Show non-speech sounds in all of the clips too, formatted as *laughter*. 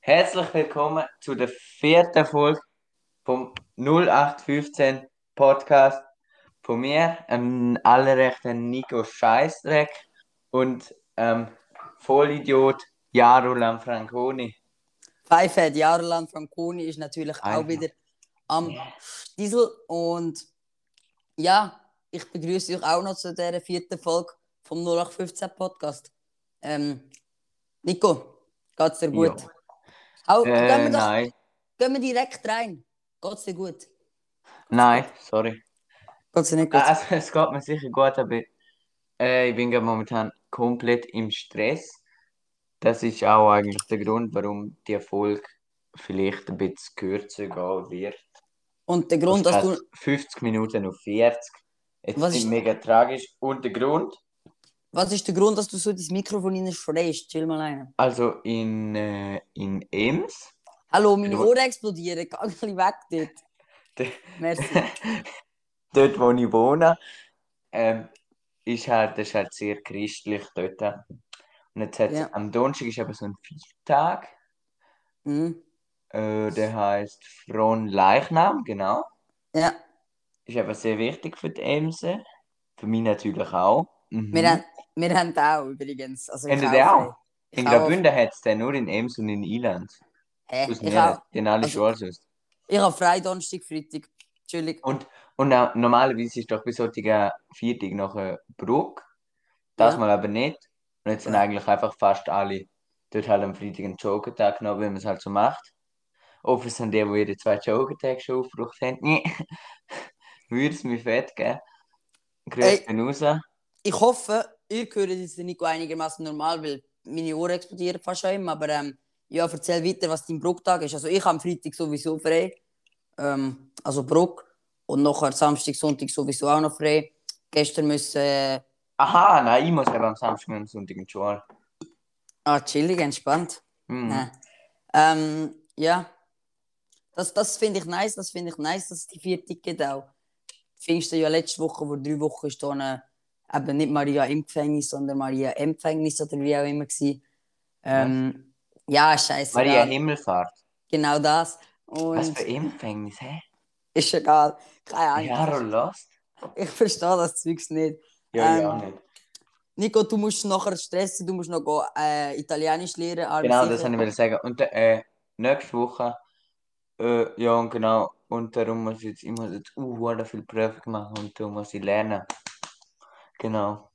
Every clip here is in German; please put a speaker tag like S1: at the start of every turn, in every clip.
S1: Herzlich willkommen zu der vierten Folge vom 0815 Podcast von mir, ähm, allerrechten Nico Scheißdreck und ähm, Vollidiot Jaro Lanfranconi.
S2: Pfeifett, Jarolan Franconi ist natürlich auch
S1: Einmal.
S2: wieder am Stiesel. Und ja, ich begrüße euch auch noch zu dieser vierten Folge vom 0815 Podcast. Ähm, Nico, geht's dir gut?
S1: Ja.
S2: Auch, gehen,
S1: Äh,
S2: wir doch,
S1: nein,
S2: gehen wir direkt rein. Geht's dir gut?
S1: nein, sorry.
S2: Geht's dir nicht gut?
S1: Also, es geht mir sicher gut, aber äh, ich bin gerade momentan komplett im Stress. Das ist auch eigentlich der Grund, warum die Folge vielleicht ein bisschen kürzer gehen wird.
S2: Und der Grund,
S1: Das
S2: dass du.
S1: heisst, 50 Minuten auf 40. Jetzt
S2: Was
S1: ist
S2: ist-
S1: mega tragisch. Und der Grund,
S2: Was ist der Grund, dass du so dein Mikrofon rein schreist? Chill mal rein.
S1: also in, äh, in Ems,
S2: Hallo, meine
S1: Ja.
S2: Ohren explodieren. Geh ein bisschen weg dort.
S1: *laughs* Der-
S2: Merci.
S1: dort wo ich wohne, ähm, ist halt, das ist halt sehr christlich dort. Und jetzt hat's,
S2: Ja.
S1: am Donnerstag ist eben so ein Feiertag.
S2: Mhm.
S1: Äh, der heißt Fronleichnam, genau.
S2: Ja.
S1: Ist eben sehr wichtig für die Emse. Für mich natürlich auch. Mhm.
S2: Wir, haben, wir haben den auch übrigens. Also
S1: Habt ihr den
S2: auch.
S1: auch?
S2: Ich
S1: in
S2: auch.
S1: Graubünden hat es den nur in Ems und in Iland.
S2: Hä?
S1: Aus
S2: Ich,
S1: mir
S2: auch,
S1: nicht. Den alle
S2: also-
S1: Schulen sonst.
S2: ich habe frei Donnerstag, Freitag. Entschuldigung.
S1: Und na- normalerweise ist doch bei solchen Viertag noch eine Brücke. Das
S2: Ja.
S1: mal aber nicht. Und jetzt sind
S2: Ja.
S1: eigentlich einfach fast alle dort halt am Freitag einen Jokertag genommen, wie man es halt so macht. Ob es an die, die ihre zwei Jokertage schon aufgebraucht haben, nee. *laughs* würde es mir fett geben.
S2: Ey.
S1: Grüß den raus.
S2: Ich hoffe, ihr hört jetzt den Nico einigermaßen normal, weil meine Ohren explodieren fast schon immer. Aber ähm, ja, erzähl weiter, was dein Brocktag ist. Also ich habe am Freitag sowieso frei. Ähm, also Brock. Und nachher Samstag, Sonntag sowieso auch noch frei. Gestern müssen. Äh,
S1: Aha, nein, ich muss eben am Samstag und am Sonntag in die Schule.
S2: ah, chillig, entspannt.
S1: Hm.
S2: Nein. Mhm. Ähm, ja. Das, das finde ich nice, das finde ich nice, dass es die vier Ticket auch. Pfingsten ja letzte Woche, vor drei Wochen ist dann eben nicht Maria im Gefängnis, sondern Maria Empfängnis oder wie auch immer gsi. Ähm, ja, scheiße.
S1: Maria Himmelfahrt.
S2: Genau das.
S1: Was
S2: Und
S1: für Empfängnis, hä?
S2: ist egal. Keine
S1: Jaro
S2: Ahnung.
S1: Lost?
S2: Ich verstehe das Zeugs nicht.
S1: Ja,
S2: Ähm,
S1: ja, nicht.
S2: Nico, du musst nachher stressen, du musst noch go, äh, Italienisch lernen. aber
S1: Genau,
S2: sicher-
S1: das wollte ich sagen. Und äh, nächste Woche, äh, ja, und genau. Und darum muss ich jetzt immer jetzt uh, viel Prüfung machen und darum muss ich lernen. Genau.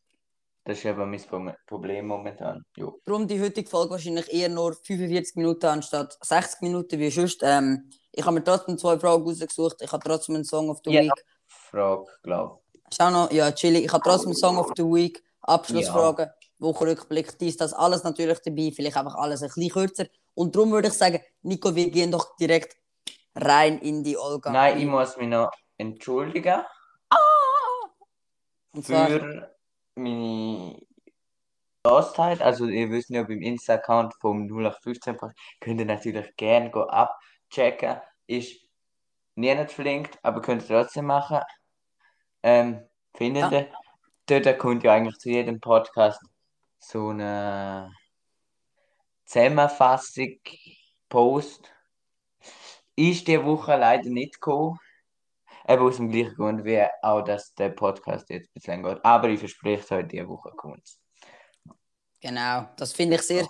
S1: Das ist eben mein Pro- Problem momentan. Jo.
S2: Darum die heutige Folge wahrscheinlich eher nur 45 Minuten anstatt 60 Minuten wie sonst. Ähm, ich habe mir trotzdem zwei Fragen rausgesucht. Ich habe trotzdem einen Song of the
S1: Ja.
S2: Week.
S1: Frage, glaube
S2: Schau noch, ja, chillig. Ich habe trotzdem einen Song of the Week. Abschlussfragen, Wochenrückblick, dies, das, alles natürlich dabei. Vielleicht einfach alles ein bisschen kürzer. Und darum würde ich sagen, Nico, wir gehen doch direkt rein in die Olga.
S1: Nein, ich muss mich noch entschuldigen
S2: Ah! Und zwar,
S1: für meine Lostheit. Also, ihr wisst ja, beim Insta-Account vom 0815 Podcast könnt ihr natürlich gerne go abchecken. Ist nie nicht verlinkt, aber könnt ihr trotzdem machen. Ähm, findet
S2: Ja.
S1: ihr. Dort kommt ja eigentlich zu jedem Podcast so eine Zusammenfassung, Post. Ist die Woche leider nicht gekommen. Eben aus dem gleichen Grund, wie auch, dass der Podcast jetzt ein bisschen länger geht. Aber ich verspreche es heute, diese Woche kommt es.
S2: genau, das finde ich sehr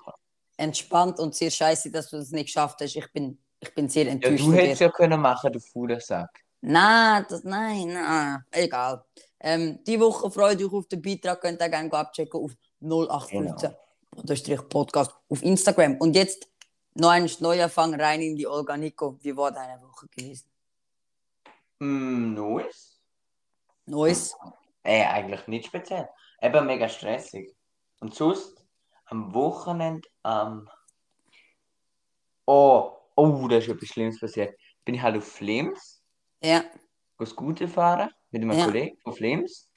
S2: entspannt und sehr scheiße, dass du das nicht geschafft hast. Ich bin, ich bin sehr
S1: Ja,
S2: enttäuscht.
S1: du
S2: von dir.
S1: hättest ja können machen, du Fudersack.
S2: Nein, das, nein, nein, egal. Ähm, die Woche freut euch auf den Beitrag, könnt ihr gerne abchecken auf 0815 unterstrich Podcast auf Instagram. Und jetzt noch ein Neuanfang rein in die Olga Nico. Wie war deine Woche gewesen?
S1: Mm, nice.
S2: Neues?
S1: Äh, eigentlich nicht speziell. Eben mega stressig. Und sonst am Wochenende am. oh, oh, da ist etwas Schlimmes passiert. Bin ich halt auf Flems,
S2: Ja,
S1: go Scooter fahren mit meinem
S2: Ja.
S1: Kollegen auf Flems.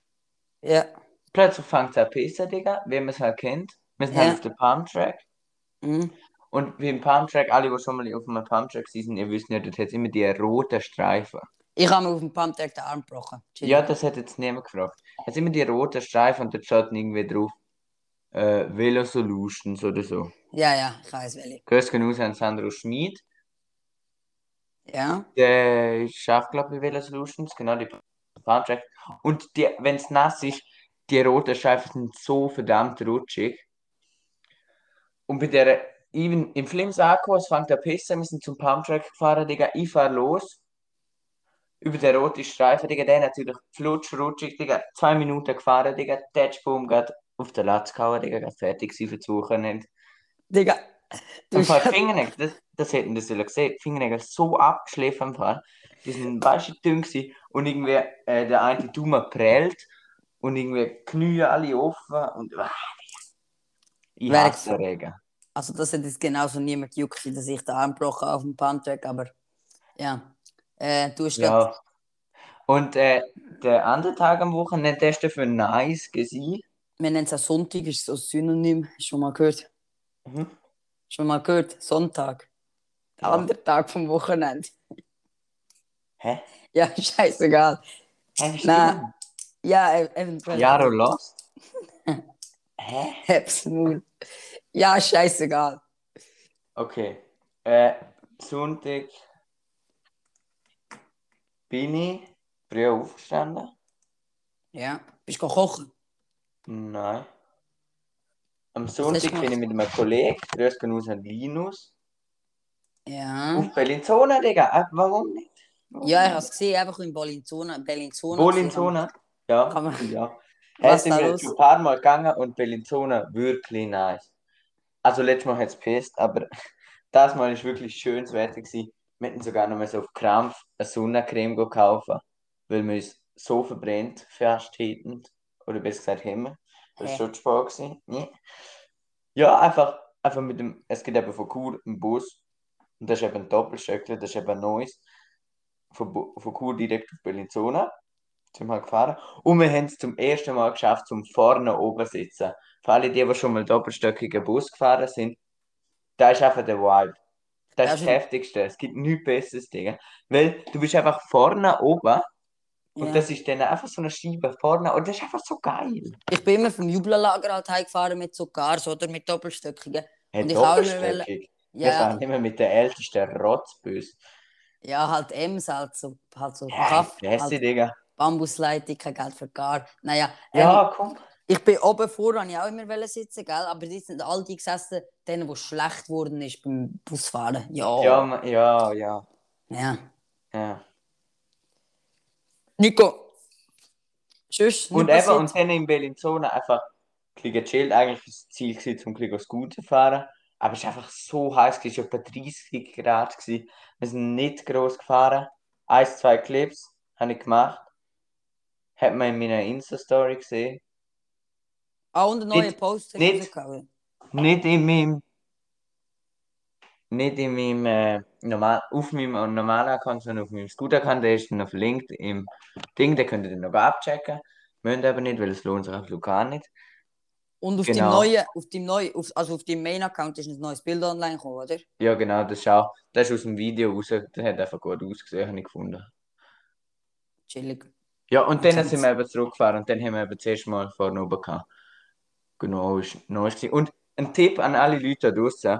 S2: ja.
S1: Plötzlich fängt es an zu pissen, Digga, wie man es halt kennt. Wir sind
S2: Ja.
S1: halt auf der Palm Track.
S2: Mhm.
S1: Und wie im Palm Track, alle, die schon mal auf einem Palm Track sind, ihr wisst ja, dort hat immer die roten Streifen.
S2: Ich habe mir auf dem Pumptag den Arm gebrochen. Chill.
S1: Ja, das hat jetzt niemand gefragt. Es hat immer die roten Streifen und dort steht irgendwie drauf, äh, Velo Solutions oder so.
S2: Ja, ja, ich weiß welche.
S1: Grüß gehen raus an Sandro Schmid.
S2: Ja.
S1: Der schafft, glaube ich, Velo Solutions, genau, die Soundtrack. Und die, wenn es nass ist, die roten Scheiben sind so verdammt rutschig. Und bei der, even im Flims Akku, es fängt der Piss an, wir sind zum Pumptrack gefahren, Digga, ich fahr los. Über den roten Streifen, Digga, der natürlich flutsch, rutschig, Digga, zwei Minuten gefahren, Digga, Touchboom, geht auf den Latz gehauen, Digga, geht fertig gewesen, für die Suche ne? nicht.
S2: Digga.
S1: Im
S2: Du
S1: Fall Fingernägel, das, das hätten das sollen gesehen. Die Fingernägel so abgeschliffen im Fall. Die sind waschen dünn gewesen und irgendwie äh, der eine Daumen prellt und irgendwie die Knie alle offen und ah, ich
S2: Wer
S1: hasse Regen.
S2: Also das hat jetzt genauso niemand gejuckt, dass ich den Arm gebrochen habe auf dem Pumptrack, aber ja. Äh, du hast grad-
S1: Ja. Und äh, der andere Tag am Wochenende, der ist dafür nice gewesen.
S2: wir nennen es auch Sonntag, ist so ein Synonym, schon mal gehört.
S1: Mhm.
S2: Schon mal gehört, Sonntag. Der
S1: Ja.
S2: andere Tag vom Wochenende. *laughs*
S1: Hä?
S2: Ja, scheißegal.
S1: Hä, stimmt.
S2: Nein. Ja, e- eventuell.
S1: Jaro lost. Hä?
S2: Hab's im Mund. Ja, scheißegal.
S1: Okay. Äh, Sonntag bin ich früh aufgestanden.
S2: Ja. Bist du kochen?
S1: Nein. Am
S2: hast du
S1: Sonntag
S2: gemacht?
S1: bin ich mit einem Kollegen, grüß gehen raus an Linus,
S2: Ja.
S1: auf Bellinzona, Digga. Ah, Warum nicht? Warum
S2: Hm. Ja, ich
S1: nicht?
S2: hab's gesehen, einfach in Bellinzona. Bellinzona.
S1: Bellinzona? Ja,
S2: Kann man-
S1: ja. Er
S2: Was
S1: ist
S2: da
S1: mir
S2: los?
S1: schon ein paar Mal gegangen und Bellinzona wirklich nice. Also letztes Mal hat es pisst, aber *laughs* das Mal ist wirklich schönes Wetter gewesen. Wir hätten sogar noch mal so auf Krampf eine Sonnencreme gekauft, weil wir uns so verbrennt fast hätten. Oder besser gesagt haben. Das
S2: Hä?
S1: war schon Spaß gewesen. Nee. Ja, einfach, einfach mit dem, es gibt eben von Chur einen Bus und das ist eben ein Doppelstöckler, das ist eben ein neues. Von, Bu- von Chur direkt auf Bellinzona sind wir halt gefahren und wir haben es zum ersten Mal geschafft, zum vorne oben sitzen. Für alle die, die schon mal doppelstöckigen Bus gefahren sind, da ist einfach der Vibe. Das
S2: Ja,
S1: ist das
S2: schon.
S1: Heftigste, es gibt nichts Besseres, Digga. Weil du bist einfach vorne oben und
S2: Ja.
S1: das ist dann einfach so eine Scheibe vorne und das ist einfach so geil.
S2: Ich bin immer vom Jubelalager halt heimgefahren mit so Cars oder mit Doppelstöckigen.
S1: Hey,
S2: Und ich auch immer
S1: doppelstöckig. Wir
S2: Ja,
S1: fahren immer mit der ältesten Rotzbus.
S2: ja halt Ems, halt so, halt so
S1: Ja,
S2: Kaff,
S1: ich
S2: halt
S1: Digga.
S2: Bambusleitung, kein Geld für Car. Naja, ähm,
S1: Ja, komm.
S2: ich bin oben vor, wollte ich auch immer wollen sitzen, gell? aber die sind all die gesessen, denen, wo schlecht geworden ist beim Busfahren. Ja.
S1: Ja, ma- ja, ja.
S2: ja.
S1: ja.
S2: Nico, tschüss.
S1: Und
S2: nicht
S1: eben,
S2: passiert.
S1: und dann in Bellinzona einfach Klicker Chill, eigentlich ist das Ziel gewesen, zum Klicker Scooter zu fahren. Aber es war einfach so heiß, gewesen, es war etwa 30 Grad. Gewesen. Wir sind nicht groß gefahren. Eins, zwei Clips habe ich gemacht. Hat man in meiner Insta-Story gesehen.
S2: Ah, und einen neuen
S1: Nicht-
S2: Post.
S1: nicht-
S2: rausgehauen.
S1: Nicht in meinem. Nicht in meinem äh, normal, auf meinem normalen Account, sondern auf meinem Scooter-Account, der ist noch verlinkt im Ding, den könnt ihr dann noch abchecken. Müsst ihr aber nicht, weil es lohnt sich absolut gar nicht.
S2: Und auf dem
S1: Genau.
S2: neuen, auf dem neuen, auf, also auf dem Main-Account ist ein neues Bild online gekommen, oder?
S1: Ja, genau, das ist auch, das ist aus dem Video raus, das hat einfach gut ausgesehen, habe ich gefunden.
S2: Chillig.
S1: Ja, und dann
S2: Sind's-
S1: sind wir eben zurückgefahren und dann haben wir eben das erste Mal vorne oben gehabt. Genau, ist neu. gewesen. Und ein Tipp an alle Leute da draußen.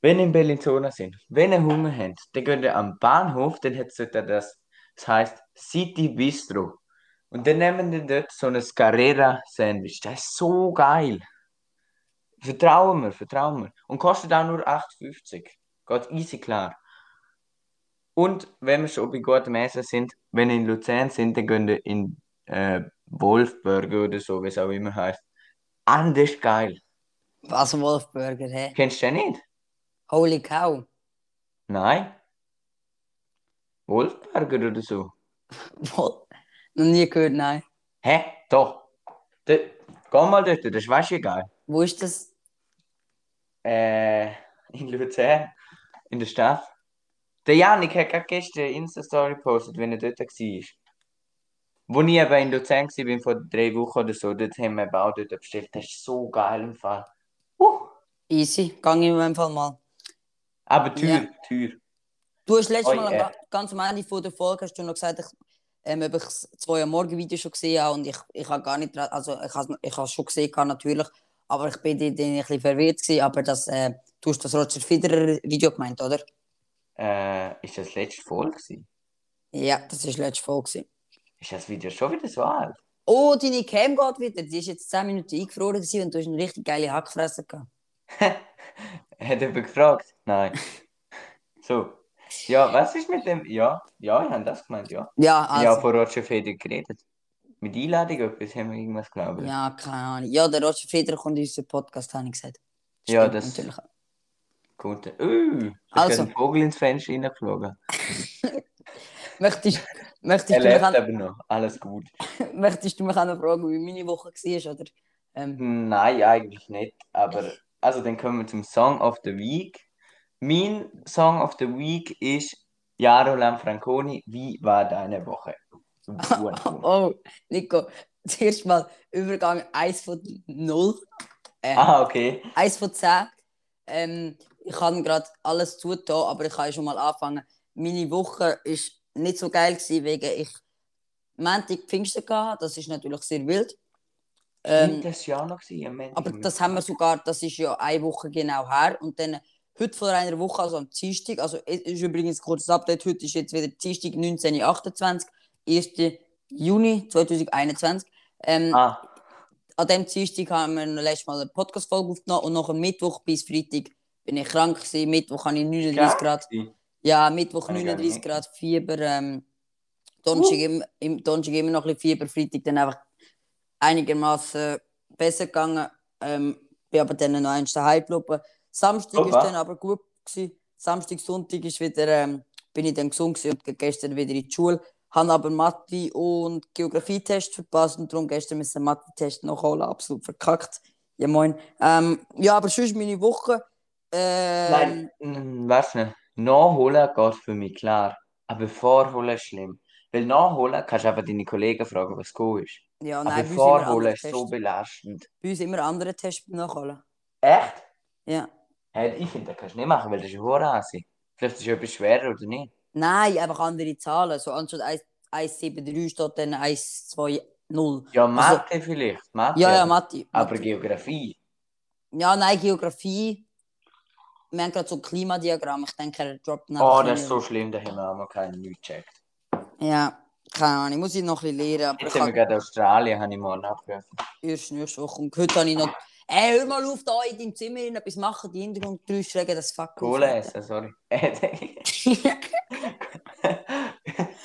S1: Wenn ihr in Bellinzona sind, wenn ihr Hunger habt, dann geht ihr am Bahnhof, dann hat ihr das, das heißt City Bistro. Und dann nehmen wir dort so ein Carrera-Sandwich. Das ist so geil. Vertrauen wir, vertrauen wir. Und kostet auch nur 8,50. Geht easy klar. Und wenn wir schon bei gutem Essen sind, wenn ihr in Luzern sind, dann gehen wir in äh, Wolfburger oder so, wie es auch immer heißt. Anders geil.
S2: Was ein Wolfburger, hä?
S1: Kennst du den nicht?
S2: Holy cow. *laughs*
S1: Nein. Wolfburger oder so.
S2: Noch nie gehört, nein.
S1: Hä? Doch. Da, geh mal dort, das ist weißt du geil.
S2: Wo ist das?
S1: Äh, in Luzern, in der Stadt. Der Janik hat gerade gestern eine Insta-Story gepostet, wenn er dort war. Wo ich eben in Luzern war, vor drei Wochen oder so, dort haben wir eben auch dort bestellt. Das ist so geil im Fall. Uh,
S2: Easy, gang in meinem Fall mal.
S1: aber teuer,
S2: Ja.
S1: teuer.
S2: Du hast letztes
S1: Oi,
S2: Mal am
S1: äh.
S2: ga- ganz am Ende von der Folge hast du noch gesagt, ich, ähm, ob ich das 2 am Morgen Video schon gesehen habe und ich, ich habe gar nicht, dra- also ich habe ich habe schon gesehen gehabt, natürlich, aber ich bin dort ein bisschen verwirrt gewesen, aber das, äh, du hast das Roger Federer Video gemeint, oder?
S1: Äh, ist das letzte voll gewesen?
S2: Ja, das ist letzte Folge. gewesen.
S1: Ist das Video schon wieder so alt? *laughs*
S2: Oh, deine Cam geht wieder, die ist jetzt 10 Minuten eingefroren gewesen und du hast eine richtig geile Hackfresse gehabt.
S1: Hat jemand gefragt? Nein. *laughs* so. Ja, was ist mit dem? Ja, ja, ich habe das gemeint, ja.
S2: Ja,
S1: Ich
S2: also,
S1: habe von Roger Feder geredet. Mit Einladung etwas haben wir irgendwas glaubt. Ja.
S2: ja, keine Ahnung. Ja, der Roger Federer kommt in unseren Podcast, habe ich gesagt.
S1: Ja,
S2: Stimmt
S1: das-
S2: natürlich.
S1: Gut. Uh, da
S2: Also.
S1: ist ein Vogel ins Fenster reingeflogen.
S2: Möchtest, möchtest,
S1: Er
S2: du mich
S1: lebt
S2: an,
S1: aber noch. Alles gut.
S2: möchtest du mich auch noch fragen, wie meine Woche war? Oder? Ähm,
S1: Nein, eigentlich nicht. Aber also dann kommen wir zum Song of the Week. Mein Song of the Week ist Jaro Lanfranconi. Wie war deine Woche?
S2: *laughs*
S1: Wunderbar.
S2: oh, Nico, *laughs* zuerst mal Übergang 1 von 0. Äh,
S1: ah, okay.
S2: 1 von 10. Ähm, ich habe gerade alles zugetan, aber ich kann ja schon mal anfangen. Meine Woche war nicht so geil, gewesen, wegen ich Montag Pfingsten hatte. Das ist natürlich sehr wild. Ähm,
S1: Stimmt, das war ja auch noch gewesen, am Ende.
S2: Aber das haben wir sogar, das ist ja eine Woche genau her. Und dann heute vor einer Woche, also am Dienstag, also es ist übrigens ein kurzes Update, heute ist jetzt wieder Dienstag, 1928, 1. Juni 2021. Ähm,
S1: Ah,
S2: An dem Dienstag haben wir noch letztes Mal eine Podcast-Folge aufgenommen und nach dem Mittwoch bis Freitag bin ich krank gewesen. Mittwoch habe ich 39
S1: Krank
S2: Grad.
S1: gewesen?
S2: Ja, Mittwoch
S1: Habe ich gar
S2: 39
S1: nicht Uh.
S2: Grad Fieber. Ähm, Donnerstag, im, im, Donnerstag immer noch ein bisschen Fieber, Freitag dann einfach einigermaßen besser gegangen. Ähm, bin aber dann noch eins daheim geblieben. Samstag
S1: Opa.
S2: war dann aber gut. Gewesen. Samstag, Sonntag ist wieder, ähm, bin ich dann gesund gewesen und gehe gestern wieder in die Schule. Habe aber Mathe- und Geografietest verpasst und darum gestern müssen Mathe-Test nachholen. Absolut verkackt. Ja, moin. Ähm, ja, aber sonst meine Woche. Ähm,
S1: nein, mm, weißt du, nachholen geht für mich klar. Aber vorholen ist schlimm. Weil nachholen kannst du einfach deine Kollegen fragen, was gut ist.
S2: Ja,
S1: Aber
S2: nein, bei uns immer
S1: vorholen
S2: andere
S1: ist so
S2: Tests.
S1: belastend.
S2: Bei uns immer andere Tests nachholen.
S1: Echt?
S2: Ja.
S1: Hey, ich finde, das kannst du nicht machen, weil das ist Horasi. Vielleicht ist etwas schwerer oder nicht.
S2: Nein, einfach andere Zahlen. So anstatt 1- 173 steht dann 120.
S1: Ja, Mathe vielleicht. Mathe,
S2: Also Ja, ja,
S1: aber-
S2: Matti.
S1: Aber
S2: Matti.
S1: Geografie.
S2: Ja, nein, Geografie. Wir haben gerade so ein Klimadiagramm. Ich denke, er droppt nach.
S1: Oh, das ist so schlimm, da haben wir auch noch keinen nicht gecheckt.
S2: Ja, keine Ahnung. Ich muss ich noch ein bisschen lernen. Aber
S1: Jetzt
S2: ich
S1: haben wir
S2: habe
S1: gerade Australien, habe ich morgen abgegriffen.
S2: erst nächste Woche. Und heute habe ich noch. Ey, hör mal auf, da in deinem Zimmer rein, etwas machen. Die Hintergrundgeräusche regen das fuck auf,
S1: Cola
S2: Alter.
S1: essen, sorry. *laughs*
S2: *laughs*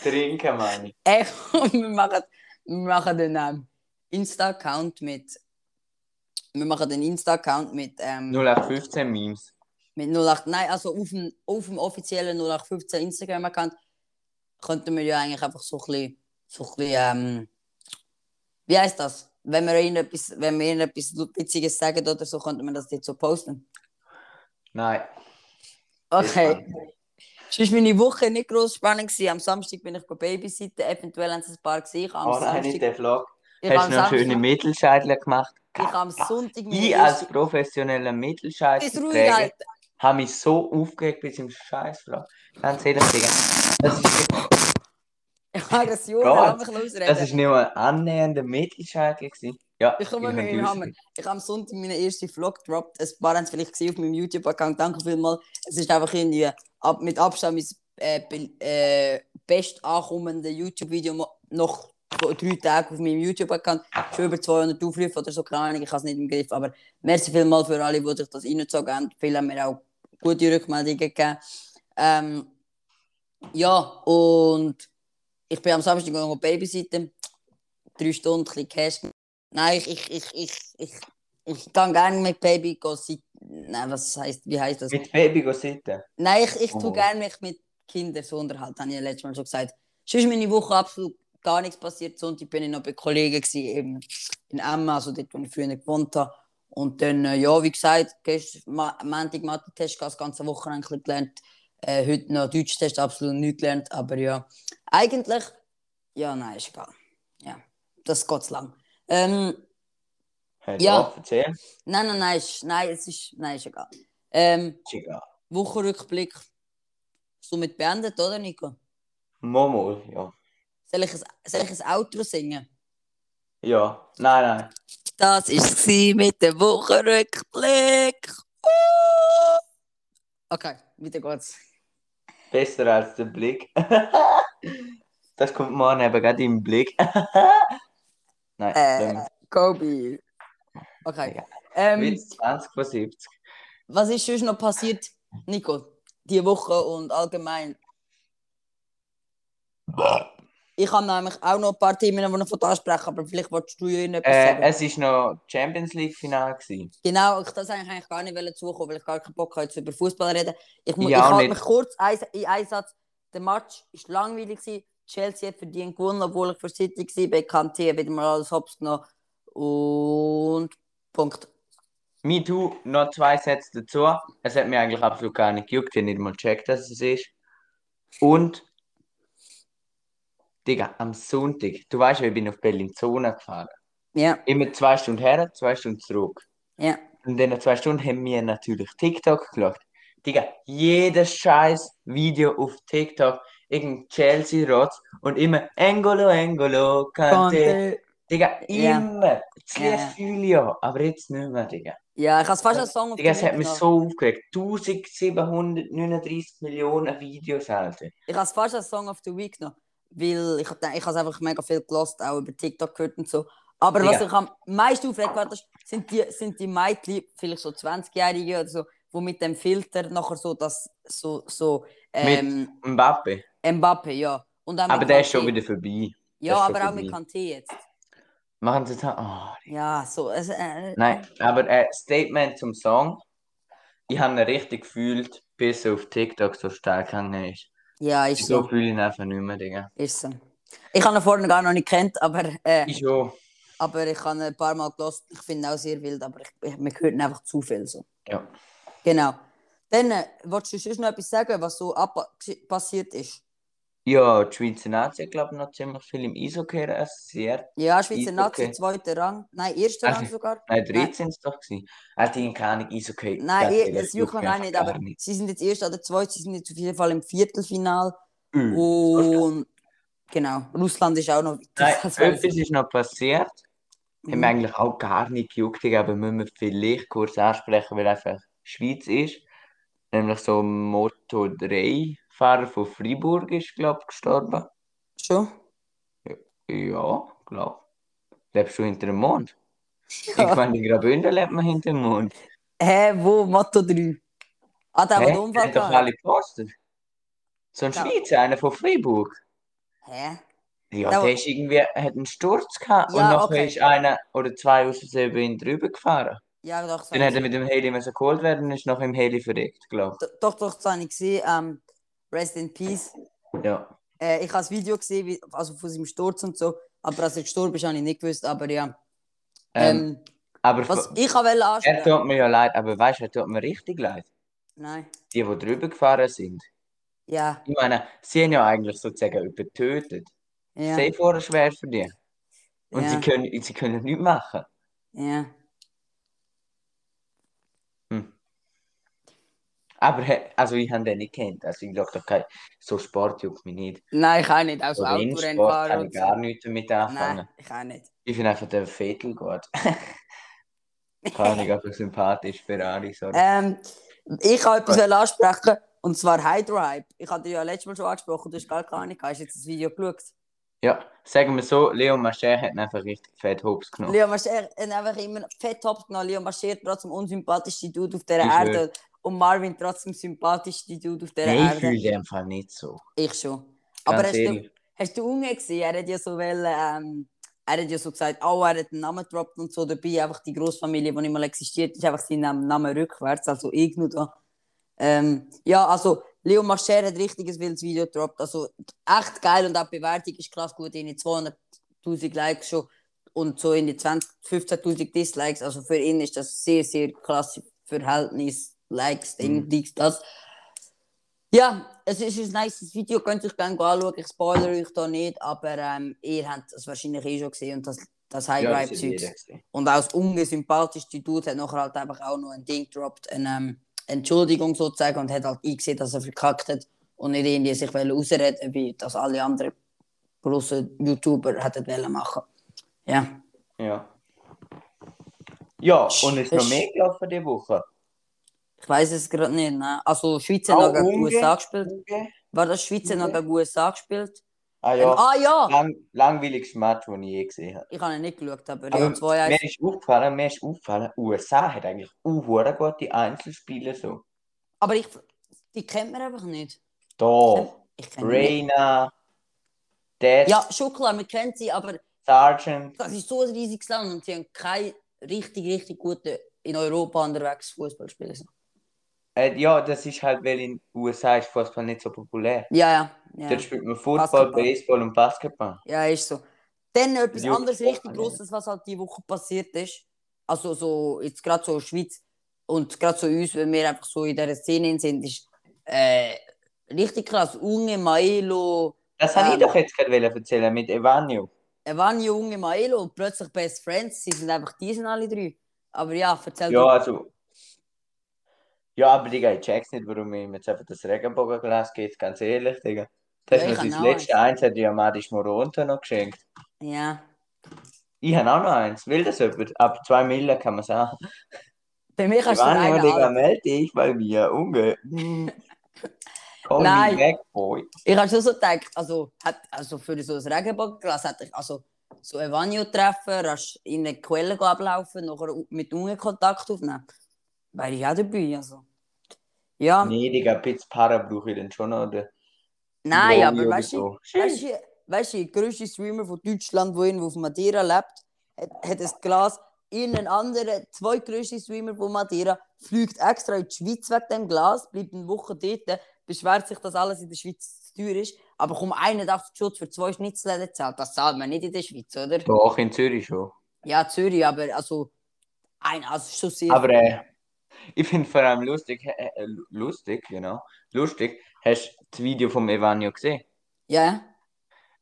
S1: Trinken, meine ich.
S2: Ey, komm, wir machen, wir machen den ähm, Insta-Account mit. Wir machen den Insta-Account mit. Ähm,
S1: 0815 Memes.
S2: mit 08, nein, also auf dem, auf dem offiziellen 0815 Instagram-Account könnten wir ja eigentlich einfach so ein bisschen. So ein bisschen ähm, wie heißt das? Wenn wir ihnen etwas, wenn wir ihnen etwas Witziges sagen oder so, könnten wir das jetzt so posten.
S1: Nein.
S2: Okay. Sonst war meine Woche nicht gross spannend. Gewesen. Am Samstag bin ich bei Babysitten. Eventuell haben sie ein paar gesehen. Ich habe am
S1: Oh nein, nicht
S2: Samstag.
S1: der Vlog.
S2: Ich habe
S1: Hast
S2: am
S1: du noch
S2: Samstag-
S1: schöne Mittelscheidler gemacht?
S2: Ich habe am Sonntag meine
S1: Ich
S2: erste-
S1: als professioneller
S2: Ist ruhig,
S1: Mittelscheidler
S2: Alter.
S1: habe mich so aufgeregt bis im Scheißvlog. Ganz ehrlich, Digga. Das ist
S2: Aggression,
S1: Gott,
S2: lass mich losreden.
S1: Das war nicht mal annähernd ein Mittelscheitel. gewesen. Ja,
S2: Ich komme
S1: ihr
S2: mit
S1: könnt
S2: meinem
S1: wissen.
S2: Hammer. Ich habe am Sonntag meinen ersten Vlog gedroppt. Ein paar haben es vielleicht gesehen auf meinem YouTube-Account. Danke vielmals. Es ist einfach irgendwie ab, mit Abstand mein äh, be- äh, best ankommende YouTube-Video mo- noch vor drei Tagen auf meinem YouTube-Account. Schon über 200 Aufrufe oder so, keine Ahnung, ich habe es nicht im Griff. Aber merci vielmals für alle, die sich das reingezogen haben. Viele haben mir auch gute Rückmeldungen gegeben. Ähm, ja, und ich bin am Samstag noch babysitten. Drei Stunden, ein bisschen Cash Nein, ich, ich, ich, ich, ich, ich kann gerne mit Baby go sit- Nein, was heißt, wie heißt das?
S1: Mit Baby go sitzen.
S2: Nein, ich, ich tue
S1: Oh.
S2: gerne mich mit Kindern so unterhalten, habe ich ja letztes Mal schon gesagt. Sonst ist meine Woche absolut gar nichts passiert. Sonntag bin ich noch bei Kollegen gewesen, eben in Emma, also dort, wo ich früher gewohnt habe. Und dann, äh, ja, wie gesagt, gestern Ma- Montag Mathe-Test, gehabt, das ganze Wochenende ein bisschen gelernt. Äh, heute noch Deutsch-Test, absolut nichts gelernt. Aber ja, eigentlich, ja, nein, ist egal. Ja, das geht zu lang. Ähm,
S1: Hört
S2: Ja.
S1: auf, erzähl.
S2: Nein, nein, nein, ist, nein, es ist, nein, ist egal. Ähm,
S1: Digga.
S2: Wochenrückblick somit beendet, oder Nico?
S1: Momo, ja.
S2: Soll ich, ein, soll ich ein Outro singen?
S1: Ja. Nein, nein.
S2: Das war mit dem Wochenrückblick. Uh! Okay, weiter geht's.
S1: Besser als der Blick. *laughs* das kommt morgen eben gerade im Blick. *laughs* Nein,
S2: Äh,
S1: ähm,
S2: Kobe. Okay.
S1: Ja.
S2: Ähm,
S1: Witz 20 von 70.
S2: *laughs* was ist sonst noch passiert, Nico, diese Woche und allgemein? Ich habe nämlich auch noch ein paar Themen, die ich von dir ansprechen aber vielleicht wolltest du ja etwas
S1: Äh,
S2: sagen.
S1: es war noch Champions League-Final. gewesen.
S2: Genau, ich das wollte ich eigentlich gar nicht wollen zukommen, weil ich gar keinen Bock habe, jetzt über Fußball zu reden. Ich, mu-
S1: Ja,
S2: ich
S1: auch
S2: halte
S1: nicht.
S2: mich kurz ein, in einen Satz. Der Match war langweilig. Gewesen. Chelsea hat verdient gewonnen, obwohl ich für City war. Bekannte hat wieder mal alles hops genommen. Und Punkt.
S1: Me Too, noch zwei Sätze dazu. Es hat mir eigentlich absolut gar nicht gejuckt. Ich habe nicht mal gecheckt, dass es ist. Und, Digga, am Sonntag, du weißt ja, ich bin auf Bellinzona gefahren.
S2: Ja,
S1: Immer zwei Stunden her, zwei Stunden zurück.
S2: ja.
S1: Und in diesen zwei Stunden haben wir natürlich TikTok geschaut. Digga, jedes scheiß Video auf TikTok, irgendein Chelsea-Rotz und immer Engolo, Engolo, Kante. Digga,
S2: Ja.
S1: immer. Das
S2: Ja,
S1: Lied
S2: ja.
S1: fühle ich ja, aber jetzt nicht mehr, Digga.
S2: Ja, ich habe fast als Song auf
S1: Digga, es
S2: die
S1: hat mich
S2: Lippen
S1: so aufgeregt. 1739 Millionen Videos, Alter.
S2: Ich habe es fast als Song of the Week genommen, weil ich habe ich hab's einfach mega viel gelost, auch über TikTok gehört und so. Aber was
S1: Ja.
S2: ich am meisten aufregt war, das sind die, sind die Mädchen, vielleicht so 20-Jährige oder so, die mit dem Filter nachher so das so, so ähm,
S1: Mbappe.
S2: Mbappe, ja. Und auch mit
S1: Aber der ist
S2: Kanté.
S1: schon wieder vorbei. der ist
S2: Ja,
S1: schon
S2: aber auch mit
S1: vorbei.
S2: Kanté jetzt.
S1: Machen Sie das? Oh,
S2: Ja, so. Es, äh,
S1: Nein, aber äh, Statement zum Song. Ich habe ihn richtig gefühlt, bis er auf TikTok so stark gegangen ist.
S2: Ja, ist
S1: So
S2: so.
S1: fühle ich ihn einfach nicht mehr, Digga.
S2: Ist so. Ich habe ihn vorhin gar noch nicht kennt, aber, äh,
S1: Ich schon.
S2: aber ich habe ihn ein paar Mal gelost. Ich finde ihn auch sehr wild, aber ich, ich, man hört ihn einfach zu viel so.
S1: Ja.
S2: Genau. Dann, äh, willst du sonst noch etwas sagen, was so abpa- gsi- passiert ist?
S1: Ja, die Schweizer Nazi, glaube ich, noch ziemlich viel im Eishockey rasiert.
S2: Ja, Schweizer
S1: Ist
S2: Nazi,
S1: okay.
S2: zweiter Rang. Nein, erster
S1: Also-
S2: Rang sogar.
S1: Nein, 13 war es doch. gewesen. Also, die haben keine Eishockey.
S2: Nein,
S1: ganz
S2: ich,
S1: ehrlich,
S2: das juckt mich auch
S1: einfach
S2: nicht,
S1: gar
S2: aber sie sind jetzt erster oder zweit, sie sind jetzt auf jeden Fall im Viertelfinal.
S1: Mhm.
S2: Und genau, Russland ist auch noch weiter.
S1: Nein,
S2: Das
S1: etwas
S2: weiss ich.
S1: ist noch passiert. Hat
S2: Mhm.
S1: mir eigentlich auch gar nicht gejuckt, Digga, aber müssen wir vielleicht kurz ansprechen, weil einfach Schweiz ist. Nämlich so ein Moto 3-Fahrer von Freiburg ist, glaube ich, gestorben.
S2: Schon?
S1: Ja, glaube Lebst du hinter dem
S2: *laughs*
S1: Mond? Ich meine, in Graubünden lebt man hinter dem Mond.
S2: Hä, wo? Motto 3. Ah, der,
S1: Hä?
S2: der den
S1: Die
S2: Unfall
S1: haben doch
S2: gehabt
S1: alle gepostet. So ein
S2: Ja.
S1: Schweizer, einer von Freiburg.
S2: Hä?
S1: Ja,
S2: Da-
S1: der ist irgendwie, hat einen Sturz gehabt und
S2: Ja,
S1: nachher
S2: okay.
S1: ist einer oder zwei aus Versehen über ihn drüber gefahren.
S2: Ja, doch, so
S1: Dann
S2: habe
S1: hat
S2: ich
S1: er mit dem Heli müssen geholt werden und ist noch im Heli verreckt, glaube
S2: gesehen. Doch, doch, das habe ich gesehen. Ähm, Rest in Peace.
S1: ich. Ja.
S2: Äh, ich habe das Video gesehen, wie, also von seinem Sturz und so. Aber dass er gestorben ist, habe ich nicht gewusst. Aber ja.
S1: Ähm,
S2: Ähm,
S1: aber
S2: was
S1: f-
S2: ich wollte
S1: er
S2: ansprechen.
S1: tut mir ja leid, aber weißt du, er tut mir richtig leid.
S2: Nein.
S1: Die, die drüber gefahren sind.
S2: Ja.
S1: Ich meine, sie haben ja eigentlich sozusagen übertötet.
S2: Ja.
S1: Safe war schwer für die. Und
S2: ja,
S1: sie können, sie können nichts machen.
S2: ja.
S1: Aber he- also ich habe den nicht kennt. Also ich glaube, da kein so Sport juckt mich nicht.
S2: Nein, ich auch nicht. Auch
S1: So
S2: so
S1: Rennsport
S2: Also Autorennfahrer
S1: kann ich
S2: und so.
S1: gar nichts damit anfangen.
S2: Nein, ich auch nicht.
S1: Ich finde einfach der Vettel gut. *laughs* Kann
S2: *laughs*
S1: ich einfach sympathisch, Ferrari, sorry.
S2: Ähm, ich wollte etwas wollte ansprechen. Und zwar Hydrohype. Ich hatte dich ja letztes Mal schon angesprochen. Du hast gar keine Ahnung. Hast du jetzt das Video geschaut?
S1: Ja, sagen wir so, Leon Mascher hat ihn einfach richtig fett Hops genommen.
S2: Leo Mascher hat einfach immer fett Top genommen. Leo Mascher trotzdem unsympathischste Dude auf dieser
S1: Ich
S2: Erde. Und Marvin trotzdem sympathischste Dude auf dieser
S1: Nein, ich
S2: Erde.
S1: fühle den Fall nicht so.
S2: Ich schon.
S1: Ganz
S2: Aber hast du,
S1: ehrlich.
S2: hast du Unge gesehen? Er hat ja so wollen, ähm, er hat ja so gesagt, oh, er hat einen Namen gedroppt und so dabei. Einfach die Großfamilie, die nicht mal existiert, ist einfach sein Name, Name rückwärts, also irgendwo. Ähm, ja, also Leo Mascher hat richtiges wildes Video gedroppt. Also echt geil und auch die Bewertung ist krass gut. In die 200.000 Likes schon und so in die 20 15.000 Dislikes. Also für ihn ist das sehr, sehr krass Verhältnis. Likes, Ding,
S1: Mhm.
S2: Dings, das. Ja, es ist ein nice Video, könnt ihr euch gerne anschauen. Ich spoilere euch da nicht, aber ähm, ihr habt es wahrscheinlich eh schon gesehen und das, das
S1: Ja, das ist
S2: High-Vibe-Zeugs.
S1: jeder gesehen.
S2: Und auch das ungesympathischste Dude hat nachher halt einfach auch noch ein Ding gedroppt, eine ähm, Entschuldigung sozusagen, und hat halt eingesehen, dass er verkackt hat und nicht irgendwie sich wollte ausreden wie das alle anderen grossen YouTuber hätten wollen machen. Ja.
S1: Ja. Ja, und ist noch
S2: Ist-
S1: mehr gelaufen diese Woche?
S2: Ich weiß es gerade nicht. Ne? Also Schweiz
S1: Auch
S2: hat noch gegen
S1: Ungarn?
S2: USA gespielt. War das Schweiz hat noch
S1: Ungarn?
S2: gegen USA gespielt?
S1: Ah
S2: Ähm,
S1: ja,
S2: ah ja!
S1: lang, langweiligstes Match, das ich je gesehen habe.
S2: Ich habe ihn nicht geschaut, aber ja,
S1: Aber
S2: zwei
S1: mir ist aufgefallen, mir ist aufgefallen, USA hat eigentlich auch gute Einzelspieler so.
S2: Aber ich, die kennt man einfach nicht.
S1: Doch,
S2: Ich kenne nicht.
S1: Reina, Death,
S2: Ja, schon klar, man kennt sie, aber
S1: Sargent.
S2: das ist so ein riesiges Land und sie haben keinen richtig, richtig guten in Europa unterwegs Fußballspieler.
S1: Äh, ja, das ist halt, weil in den USA ist Fußball nicht so populär.
S2: Ja, ja, ja.
S1: Dort spielt man Football,
S2: Basketball.
S1: Baseball und Basketball.
S2: Ja, ist so. Dann etwas
S1: Juckt
S2: anderes
S1: auch
S2: richtig
S1: nicht.
S2: Grosses, was halt diese Woche passiert ist. Also so, jetzt gerade so Schweiz und gerade so uns, wenn wir einfach so in dieser Szene sind, ist äh, richtig krass. Unge Maelo,
S1: Das habe ich
S2: Ähm.
S1: doch jetzt gerade wollen erzählen mit Evanio.
S2: er Unge Maelo und plötzlich Best Friends. Sie sind einfach, die sind alle drei. Aber ja, erzähl
S1: Ja, also. Ja, aber Digga, ich check's nicht, warum ihm jetzt einfach das Regenbogenglas geht, ganz ehrlich, Digga. Das
S2: Ja,
S1: ist mir
S2: ich hab
S1: das
S2: auch
S1: letzte eins, hat ja Madis Moronto noch geschenkt.
S2: du. Ja.
S1: Ich habe auch noch eins. Will das jemand? Ab 2 Mille kann man sagen.
S2: Bei mir kannst du dir
S1: Evanio,
S2: einen
S1: Digga,
S2: halten.
S1: melde dich bei mir. Unge. Hm.
S2: *laughs*
S1: Call
S2: Nein.
S1: me back, boy.
S2: Ich habe schon so gedacht, also, hat, also für so ein Regenbogenglas hätte ich also so Evanio treffen, rasch in eine Quelle gehen ablaufen, nachher mit Unge Kontakt aufnehmen. Wäre ich auch dabei. Also. Ja,
S1: Nee, Digga, ein bisschen Para brauche ich dann schon noch. Oder
S2: nein,
S1: Romeo
S2: aber
S1: oder
S2: weißt du,
S1: so.
S2: weißt du, weißt du, der grösste Streamer von Deutschland, der irgendwo auf Madeira lebt, hat, hat ein Glas. Irgendein anderer, zwei grösste Streamer von Madeira, fliegt extra in die Schweiz wegen dem Glas, bleibt eine Woche dort, beschwert sich, dass alles in der Schweiz zu teuer ist, aber kommt 81 Schutz für zwei Schnitzelläden zahlt. Das zahlt man nicht in der Schweiz, oder?
S1: Doch, in Zürich schon.
S2: Ja, Zürich, aber also, ein, also schon sehr.
S1: Aber äh, *laughs* ich finde vor allem lustig, äh, äh, lustig, genau. Lustig, hast du das Video vom Evanio gesehen? *laughs*
S2: ja, ja.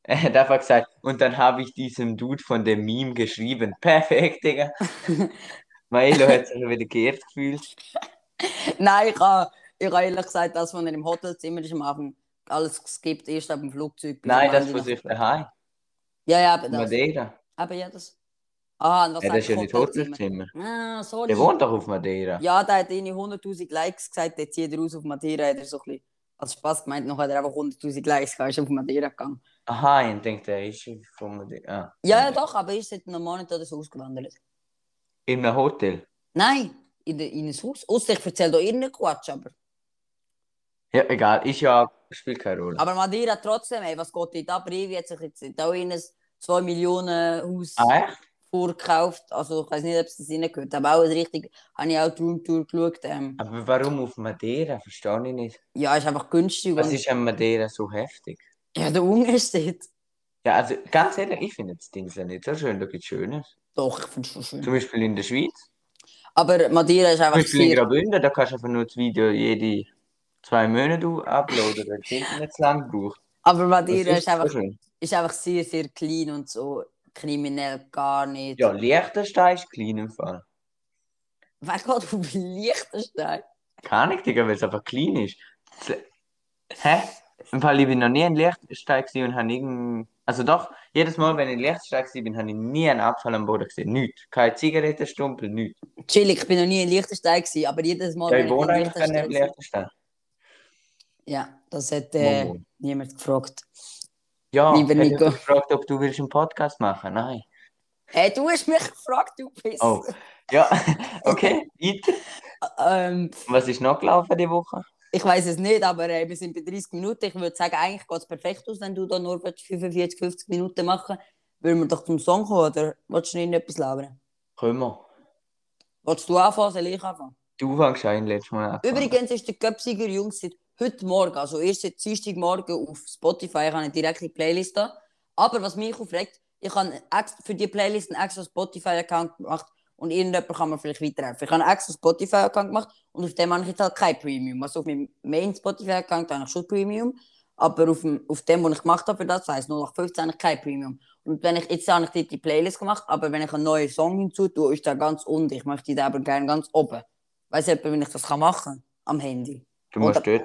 S1: Er hat einfach gesagt, und dann habe ich diesem Dude von dem Meme geschrieben. *laughs* Perfekt, Digga. Milo hat sich wieder geirrt gefühlt.
S2: Nein, ich habe ich ha ehrlich gesagt, das, was er im Hotelzimmer ist, am Abend alles geskippt, erst ab dem Flugzeug. bis
S1: Nein,
S2: am
S1: das
S2: Ende
S1: von
S2: noch-
S1: sich daheim.
S2: Ja, ja, aber das.
S1: Madeira.
S2: Aber ja, das. Ah, und was
S1: Ja, das ist ja nicht
S2: Hotelzimmer?
S1: Hotelzimmer.
S2: Ah, sorry.
S1: Der wohnt doch auf Madeira.
S2: Ja, der hat irgendwie 100.000 Likes gesagt, jetzt zieht er aus auf Madeira, hat er so ein bisschen als Spaß gemeint, noch hat er einfach 100.000 Likes gehabt, ist auf Madeira gegangen.
S1: Aha, ich denke, der ist von Madeira. Ah.
S2: Ja, ja, doch, aber er ist seit einem Monat oder so ausgewandert.
S1: In einem Hotel.
S2: Nein, in, de, in ein Haus. Ausser, ich erzähle da irgendeinen Quatsch, aber.
S1: Ja, egal, ist ja, spielt keine Rolle.
S2: Aber Madeira trotzdem, ey, was geht da? Brevi hat sich jetzt auch in ein 2 Millionen Haus
S1: Ah, echt?
S2: vorgekauft. Also, ich weiß nicht, ob es das reingehört. Aber auch richtig, habe ich auch die Roomtour geschaut. Ähm,
S1: Aber warum auf Madeira? Verstehe ich nicht.
S2: ja, ist einfach günstig.
S1: Was
S2: und-
S1: ist an Madeira so heftig?
S2: Ja, der Unge steht.
S1: Ja, also ganz ehrlich, ich finde das Ding nicht so schön, da gibt es Schönes.
S2: Doch, ich finde es schon schön.
S1: Zum Beispiel in der Schweiz.
S2: Aber Madeira ist
S1: Zum
S2: einfach
S1: Beispiel in
S2: sehr.
S1: Graubünden, da kannst du einfach nur das Video jede zwei Monate uploaden. Da sind wir nicht zu lange gebraucht.
S2: Aber
S1: Das ist also-
S2: Madeira ist
S1: so
S2: einfach,
S1: schön.
S2: ist einfach sehr, sehr klein und so kriminell gar nicht.
S1: Ja, Liechtenstein ist klein im Fall.
S2: Wer geht auf Liechtenstein?
S1: Keine Ahnung, Digga, weil es einfach klein ist. Z- Hä? Im Fall, ich bin noch nie in Liechtenstein gewesen und habe irgendeinen... Also doch, jedes Mal, wenn ich in Liechtenstein gewesen bin, habe ich nie einen Abfall am Boden gesehen. Nichts. Keine Zigarettenstumpel, nichts.
S2: Chillig, ich bin noch nie in Liechtenstein, gewesen, aber jedes Mal,
S1: Ja, ich wohne
S2: Oh, in
S1: eigentlich gar nicht in
S2: Liechtenstein
S1: Liechtenstein.
S2: Ja, das hat äh,
S1: Momo.
S2: niemand gefragt.
S1: Ja,
S2: Lieber
S1: hätte ich
S2: Nico.
S1: gefragt, ob du willst einen Podcast machen. Nein.
S2: Hey, du hast mich gefragt, du bist.
S1: Oh, ja, *laughs* okay. Weiter.
S2: Ähm,
S1: Was ist noch gelaufen die Woche?
S2: ich weiß es nicht, aber äh, wir sind bei 30 Minuten. Ich würde sagen, eigentlich geht es perfekt aus, wenn du da nur willst 45, 50 Minuten machen willst. Würden wir doch zum Song kommen oder willst du nicht etwas labern?
S1: Können wir.
S2: Willst du anfangen, soll ich anfangen?
S1: Du fängst an letztes Mal an.
S2: Übrigens ist der Köpsiger Jungs seit heute Morgen, also erst seit Dienstagmorgen auf Spotify, ich habe eine direkte Playlist da. Aber was mich aufregt, ich habe ex- für die Playlist einen extra Spotify-Account gemacht und irgendjemand kann mir vielleicht weiterhelfen. Ich habe einen extra Spotify-Account gemacht und auf dem habe ich jetzt halt kein Premium. Also auf meinem Main-Spotify-Account habe ich schon Premium, aber auf dem, auf dem, was ich gemacht habe, für das heisst 0815, habe ich kein Premium. Und wenn ich, jetzt habe ich dort die Playlist gemacht, aber wenn ich einen neuen Song hinzutue, ist der ganz unten. Ich möchte den aber gerne ganz oben. Weiss jemand, wie ich das machen kann? Am Handy.
S1: Du musst dort.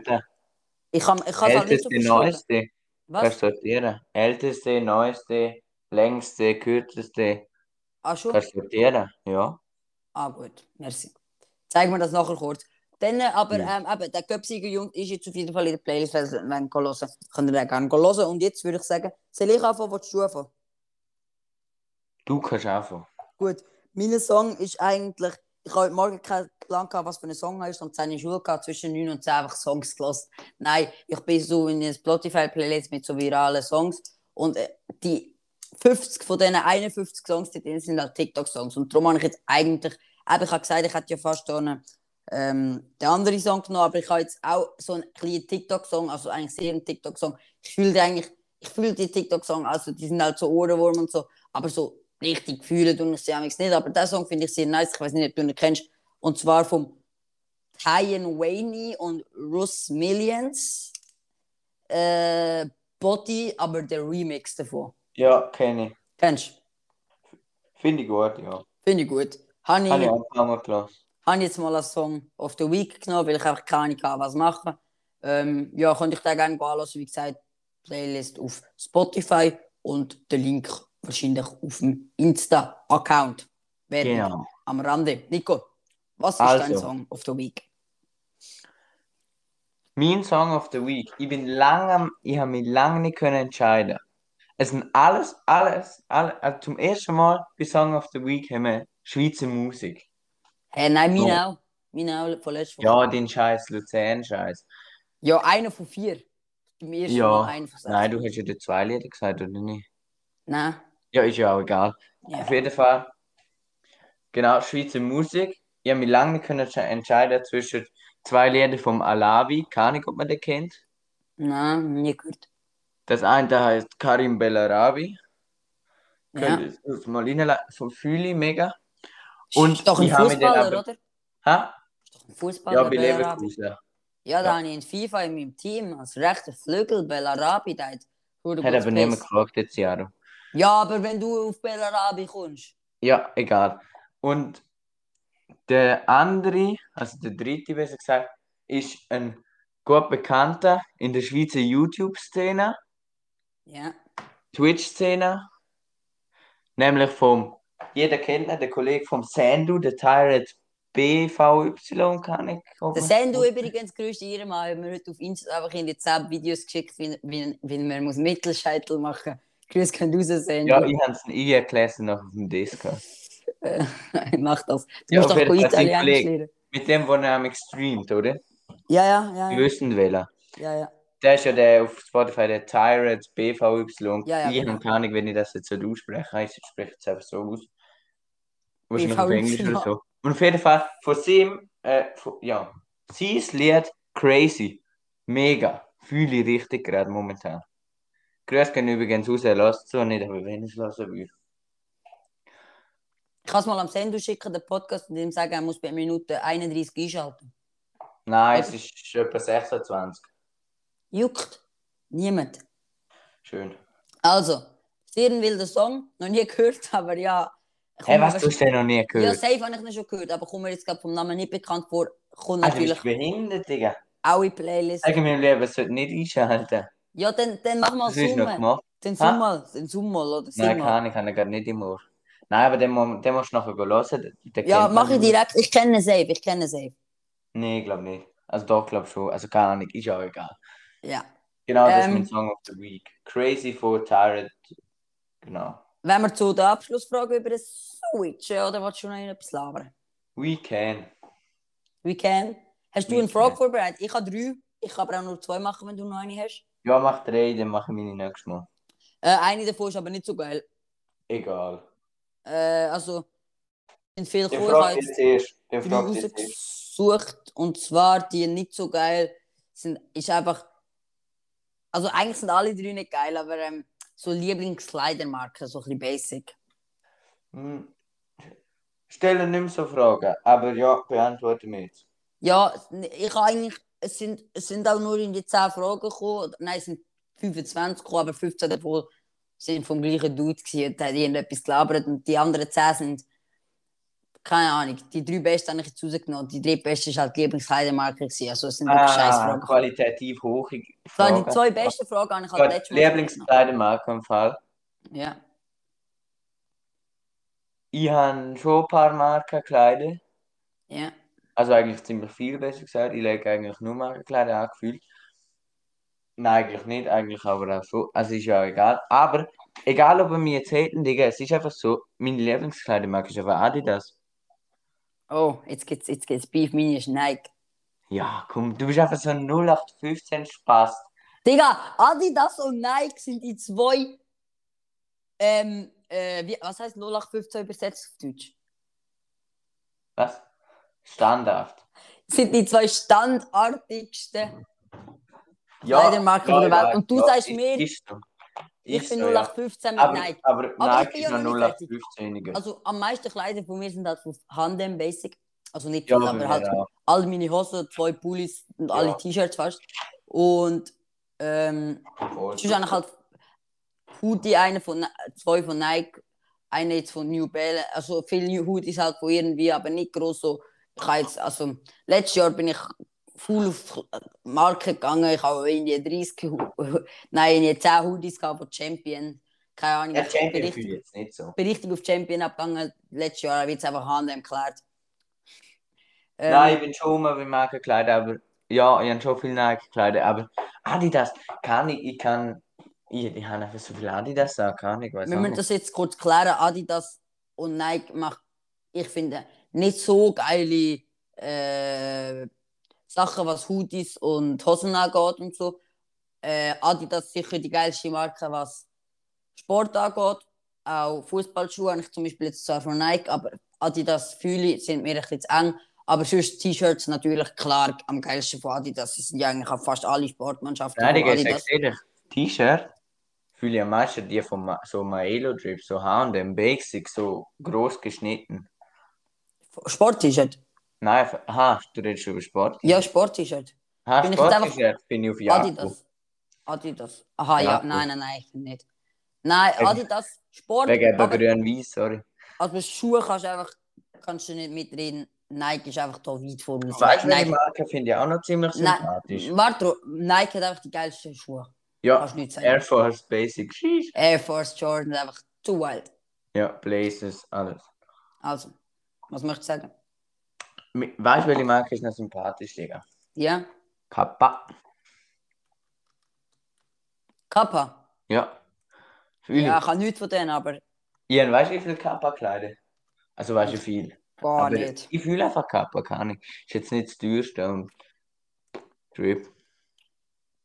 S2: Ich kann, ich kann es halt nicht
S1: Älteste,
S2: so verschieben.
S1: neueste. Kannst
S2: Was?
S1: sortieren. Älteste, neueste, längste, kürzeste.
S2: Ah, schon?
S1: Kannst sortieren, ja.
S2: Ah, gut. Merci. Zeig mir das nachher kurz. Dann, äh, aber
S1: Ja.
S2: ähm, eben, der Köpsiger Jung ist jetzt auf jeden Fall in der Playlist, wenn ihr wollt hören Könnt ihr den gerne hören. Und jetzt würde ich sagen, soll ich anfangen, willst du anfangen?
S1: Du kannst anfangen.
S2: Gut, mein Song ist eigentlich, ich habe heute Morgen keinen Plan gehabt, was für ein Song es ist, und dann in der Schule gehabt, zwischen 9 und 10 einfach Songs gelassen. Nein, ich bin so in einer Spotify-Playlist mit so viralen Songs und äh, die 50 von diesen 51 Songs, die drin sind, halt TikTok-Songs. Und darum habe ich jetzt eigentlich, eben, ich habe gesagt, ich hätte ja fast so einen, ähm, den anderen Song genommen, aber ich habe jetzt auch so einen kleinen TikTok-Song, also eigentlich sehr einen TikTok-Song. Ich fühle die eigentlich, ich fühle die TikTok-Songs, also die sind halt so Ohrenwurm und so. Aber so richtig fühlen tue ich sie amigs nicht. Aber diesen Song finde ich sehr nice. Ich weiß nicht, ob du ihn kennst. Und zwar von Tyen Wayne und Russ Millions. Äh, Botti, aber der Remix davon.
S1: Ja, kenne ich.
S2: Kennst du?
S1: Finde ich gut, ja.
S2: Finde ich gut. Habe ich,
S1: Habe ich auch ein paar Mal gelassen.
S2: habe ich jetzt mal als Song of the Week genommen, weil ich einfach keine Ahnung hatte, was machen. Ähm, ja, könnt ich da gerne anhören. Wie gesagt, Playlist auf Spotify und der Link wahrscheinlich auf dem Insta-Account. Wer
S1: Genau.
S2: am Rande. Nico, was ist
S1: Also.
S2: dein Song of the Week?
S1: Mein Song of the Week. Ich bin lange, ich habe mich lange nicht können entscheiden. Es sind alles, alles, alle, also zum ersten Mal bei Song of the Week haben wir Schweizer Musik.
S2: Hey, nein, mein
S1: Ja.
S2: auch. Mein auch von letzter Woche.
S1: Ja, den Scheiß, Luzern-Scheiß.
S2: Ja, einer von vier. Im ersten
S1: Ja.
S2: Mal einer von sechs.
S1: Nein, du hast ja die zwei Lieder gesagt, oder nicht?
S2: Nein.
S1: Ja, ist ja auch egal.
S2: Ja.
S1: Auf jeden Fall, genau, Schweizer Musik. Ich habe mich lange nicht können entsche- entscheiden zwischen zwei Lieder vom Alavi, keine Ahnung, ob man den kennt.
S2: Nein, nie gehört.
S1: Das eine heißt Karim Bellarabi.
S2: Ja.
S1: Könnt ihr es mal reinlassen? So fühle ich mega. Und
S2: Ist doch ein
S1: ich habe mir den
S2: Fußballer,
S1: aber-
S2: oder? Ist
S1: Ha?
S2: doch ein Fußballer.
S1: Ja, bei
S2: Bellarabi.
S1: Leverkusen.
S2: Ja, da
S1: Ja.
S2: habe ich in FIFA in meinem Team als rechter Flügel Bellarabi. Der hat gut
S1: Hat aber niemand gefragt jetzt Jahr.
S2: Ja, aber wenn du auf Bellarabi kommst.
S1: Ja, egal. Und der andere, also der dritte besser gesagt, ist ein gut bekannter in der Schweizer YouTube-Szene,
S2: Ja.
S1: Twitch-Szene, nämlich vom, jeder kennt ihn, der Kollege vom Sandu, der Tyrant BVY, kann ich
S2: Der Sandu übrigens grüßt ihr mal, hat mir heute auf Insta einfach in die 10 Videos geschickt, wie, wie, wie man muss Mittelscheitel machen muss. Grüß könnt raus, Sandu. *laughs*
S1: Ja, ich habe es in ihr gelesen auf dem Discord.
S2: Äh, Mach das. Du
S1: Ja,
S2: musst
S1: auf
S2: doch
S1: jeden
S2: gut
S1: Fall sind
S2: Italienisch
S1: Kollegen.
S2: lernen.
S1: Mit dem, wo er am streamt, oder?
S2: Ja, ja, ja,
S1: Die
S2: ja.
S1: wissen welcher.
S2: ja, ja.
S1: Der ist ja der auf Spotify, der Tyrant BVY.
S2: Ja, ja,
S1: ich
S2: genau.
S1: habe keine Ahnung, wenn ich das jetzt so ausspreche. Ich spreche es einfach so aus. Wahrscheinlich auf
S2: BVY.
S1: Englisch oder so. Und auf jeden Fall, von ihm, äh, von, ja, sein Lied Crazy. Mega. Fühle ich richtig gerade momentan. Grüß gehen übrigens raus, er lässt so nicht, aber wenn ich es lassen würde.
S2: Ich kann es mal am Sandu schicken, den Podcast, und ihm sagen, er muss bei Minute 31 einschalten.
S1: Nein,
S2: Also
S1: es ist etwa 26.
S2: Juckt. Niemand.
S1: Schön.
S2: Also, sehr ein wilder Song. Noch nie gehört, *laughs* aber ja.
S1: Hey, was tust du denn noch nie
S2: Ja,
S1: gehört?
S2: safe habe ich ihn schon gehört, aber kommt mir jetzt gerade vom Namen nicht bekannt vor. Kommt
S1: Ah, du bist
S2: natürlich
S1: behindert, Digga.
S2: auch in die Playlist.
S1: Sag mir, Lieber, es sollte nicht einschalten.
S2: Ja, dann, dann mach mal
S1: Das ist noch
S2: Summen.
S1: gemacht.
S2: Dann
S1: Ha?
S2: Summen mal, dann Summen mal, oder? Sing
S1: Nein,
S2: mal.
S1: keine Ahnung, kann ich gar nicht im Ohr. Nein, aber den, mu- den musst du nachher hören. Den
S2: Ja,
S1: kennt
S2: mach ich
S1: man.
S2: direkt. Ich kenne safe, ich kenne safe.
S1: Nee, ich glaube nicht. Also doch, glaube schon. Also keine Ahnung, ist auch egal.
S2: Ja.
S1: Genau, das ist
S2: Ähm.
S1: mein Song of the Week. Crazy for Tired. Genau.
S2: Wenn wir zu der Abschlussfrage über das Switch, oder willst du noch etwas labern?
S1: We can.
S2: We can. Hast du
S1: We
S2: eine Frage
S1: can.
S2: vorbereitet? Ich habe drei. Ich kann aber auch nur zwei machen, wenn du noch eine hast.
S1: Ja, mach drei, dann mache ich meine nächste Mal.
S2: Äh, eine davon ist aber nicht so geil.
S1: Egal.
S2: Äh, also, in viel
S1: Den
S2: Kurve
S1: fragt
S2: habe ich
S1: jetzt erst. Den
S2: drei
S1: fragt jetzt erst.
S2: rausgesucht. Und zwar die nicht so geil sind, ist einfach. Also, eigentlich sind alle drei nicht geil, aber ähm, so Lieblingskleidermarken, so ein bisschen basic.
S1: Hm. Stellen nicht mehr so Fragen, aber ja, beantworten wir jetzt.
S2: Ja, ich habe eigentlich, es sind, es sind auch nur in die 10 Fragen gekommen. Nein, es sind 25 gekommen, aber 15 davon sind vom gleichen Dude gewesen und hat irgendetwas gelabert. Und die anderen 10 sind keine Ahnung, die drei Besten habe ich jetzt rausgenommen. Die dritte Beste war halt die Lieblingskleidermarke. gewesen. Also, es sind wirklich scheiß
S1: Ah,
S2: Fragen.
S1: qualitativ hohe
S2: Das waren
S1: Fragen.
S2: die zwei besten Fragen, die ich halt
S1: Gut,
S2: letztes Mal
S1: Lieblingskleidermarke im Fall.
S2: genommen habe. Ja.
S1: Ich habe schon ein paar Markenkleider.
S2: Ja.
S1: Also eigentlich ziemlich viel, besser gesagt. Ich lege eigentlich nur Markenkleider an, gefühlt. Nein, eigentlich nicht, eigentlich aber auch schon. Also ist ja auch egal. Aber egal, ob er mich jetzt hätten, Digga, es ist einfach so, meine Lieblingskleidermarke ist einfach Adidas.
S2: Oh, jetzt geht's, jetzt geht's Beef, meine ist Nike.
S1: Ja, komm, du bist einfach so ein 0815 Spaß.
S2: Digga, Adidas und Nike sind die zwei. Ähm, äh, wie, was heißt 0815 übersetzt auf Deutsch?
S1: Was? Standard.
S2: Sind die zwei standartigsten Kleidermarken
S1: ja,
S2: der Welt.
S1: ja,
S2: Und du
S1: ja,
S2: sagst
S1: ist-
S2: mir,
S1: ist so.
S2: ich
S1: Ist
S2: bin
S1: so, ja.
S2: 0815 mit
S1: Aber,
S2: Nike.
S1: aber,
S2: Aber ich
S1: Nike
S2: bin
S1: ist
S2: ja
S1: noch
S2: noch nicht fertig.
S1: 0815er.
S2: Also am meisten Kleider von mir sind halt von Handem Basic. Also nicht
S1: ja,
S2: viel,
S1: aber
S2: aber halt
S1: ja.
S2: all meine Hosen, zwei Pullis und alle
S1: Ja.
S2: T-Shirts fast. Und ähm,
S1: voll.
S2: sonst habe ich halt Hoodie, eine von, Ni- zwei von Nike, eine jetzt von New Balance. Also viele New Hoodies halt von irgendwie, aber nicht groß so. Ich habe jetzt, also letztes Jahr bin ich voll auf Marke gegangen. Ich habe irgendwie 30, Hu- *laughs* nein, irgendwie 10 Hoodies gehabt von Champion. Keine Ahnung,
S1: Ja,
S2: ich bin
S1: Champion
S2: richtig-
S1: fühle ich jetzt nicht so.
S2: bin richtig auf Champion abgegangen. Letztes Jahr habe ich jetzt einfach Hand geklärt. Ähm,
S1: Nein, ich bin schon immer bei Markenkleider, aber ja, ich habe schon viel Nike-Kleider, aber Adidas kann ich, ich kann, ich, ich habe einfach so viel Adidas da, kann ich, weiß
S2: wir
S1: auch
S2: müssen
S1: nicht.
S2: das jetzt kurz klären. Adidas und Nike macht, ich finde, nicht so geile äh, Sachen, was Hoodies und Hosen angeht und so. Äh, Adidas ist sicher die geilste Marke, was Sport angeht. Auch Fußballschuhe habe ich zum Beispiel jetzt zwar von Nike, aber Adidas fühle ich, sind mir ein bisschen zu eng. Aber sonst T-Shirts natürlich klar am geilsten von Adidas. Es sind ja eigentlich auch fast alle Sportmannschaften
S1: Nein,
S2: von
S1: Digga, ich
S2: Adidas.
S1: sag's ehrlich, T-Shirt fühle ich am meisten die von Ma so Maelo-Drip, so H&M Basic, so groß geschnitten.
S2: Sport-T-Shirt?
S1: Nein, f- aha, du redest über Sport.
S2: Ja, Sport-T-Shirt.
S1: Aha,
S2: bin ich jetzt einfach-
S1: Sport-T-Shirt bin ich auf Jakob.
S2: Adidas. Adidas. Aha, ja.
S1: Jakob.
S2: Nein, nein, nein, ich finde nicht. Nein,
S1: Wegen-
S2: Adidas, Sport.
S1: Wegen eben
S2: Aber
S1: grün-weiß, sorry.
S2: also Schuhe kannst du einfach kannst du nicht mitreden. Nike ist einfach da weit voraus.
S1: Weißt du, welche
S2: Nike,
S1: Marke finde ich auch noch ziemlich
S2: Nein. Mhm.
S1: sympathisch?
S2: Warte, Nike hat einfach die geilsten Schuhe.
S1: Ja,
S2: Kannst du nicht sagen.
S1: Air Force Basic, sheesh.
S2: Air Force Jordan, einfach zu wild.
S1: Ja, Blazers, alles.
S2: Also, was möchtest du sagen?
S1: Mi- Weißt du, welche Marke ist noch sympathisch, Digga?
S2: Ja?
S1: Kappa.
S2: Kappa.
S1: Ja. Fühle
S2: Ja,
S1: ja.
S2: ich habe nichts von denen, aber
S1: Ian, weißt du, wie viel Kappa kleide? Also weißt du viel.
S2: gar
S1: Aber
S2: nicht.
S1: Ich fühle einfach Kappa, kann ich. Ist jetzt nicht das teuerste und Drip.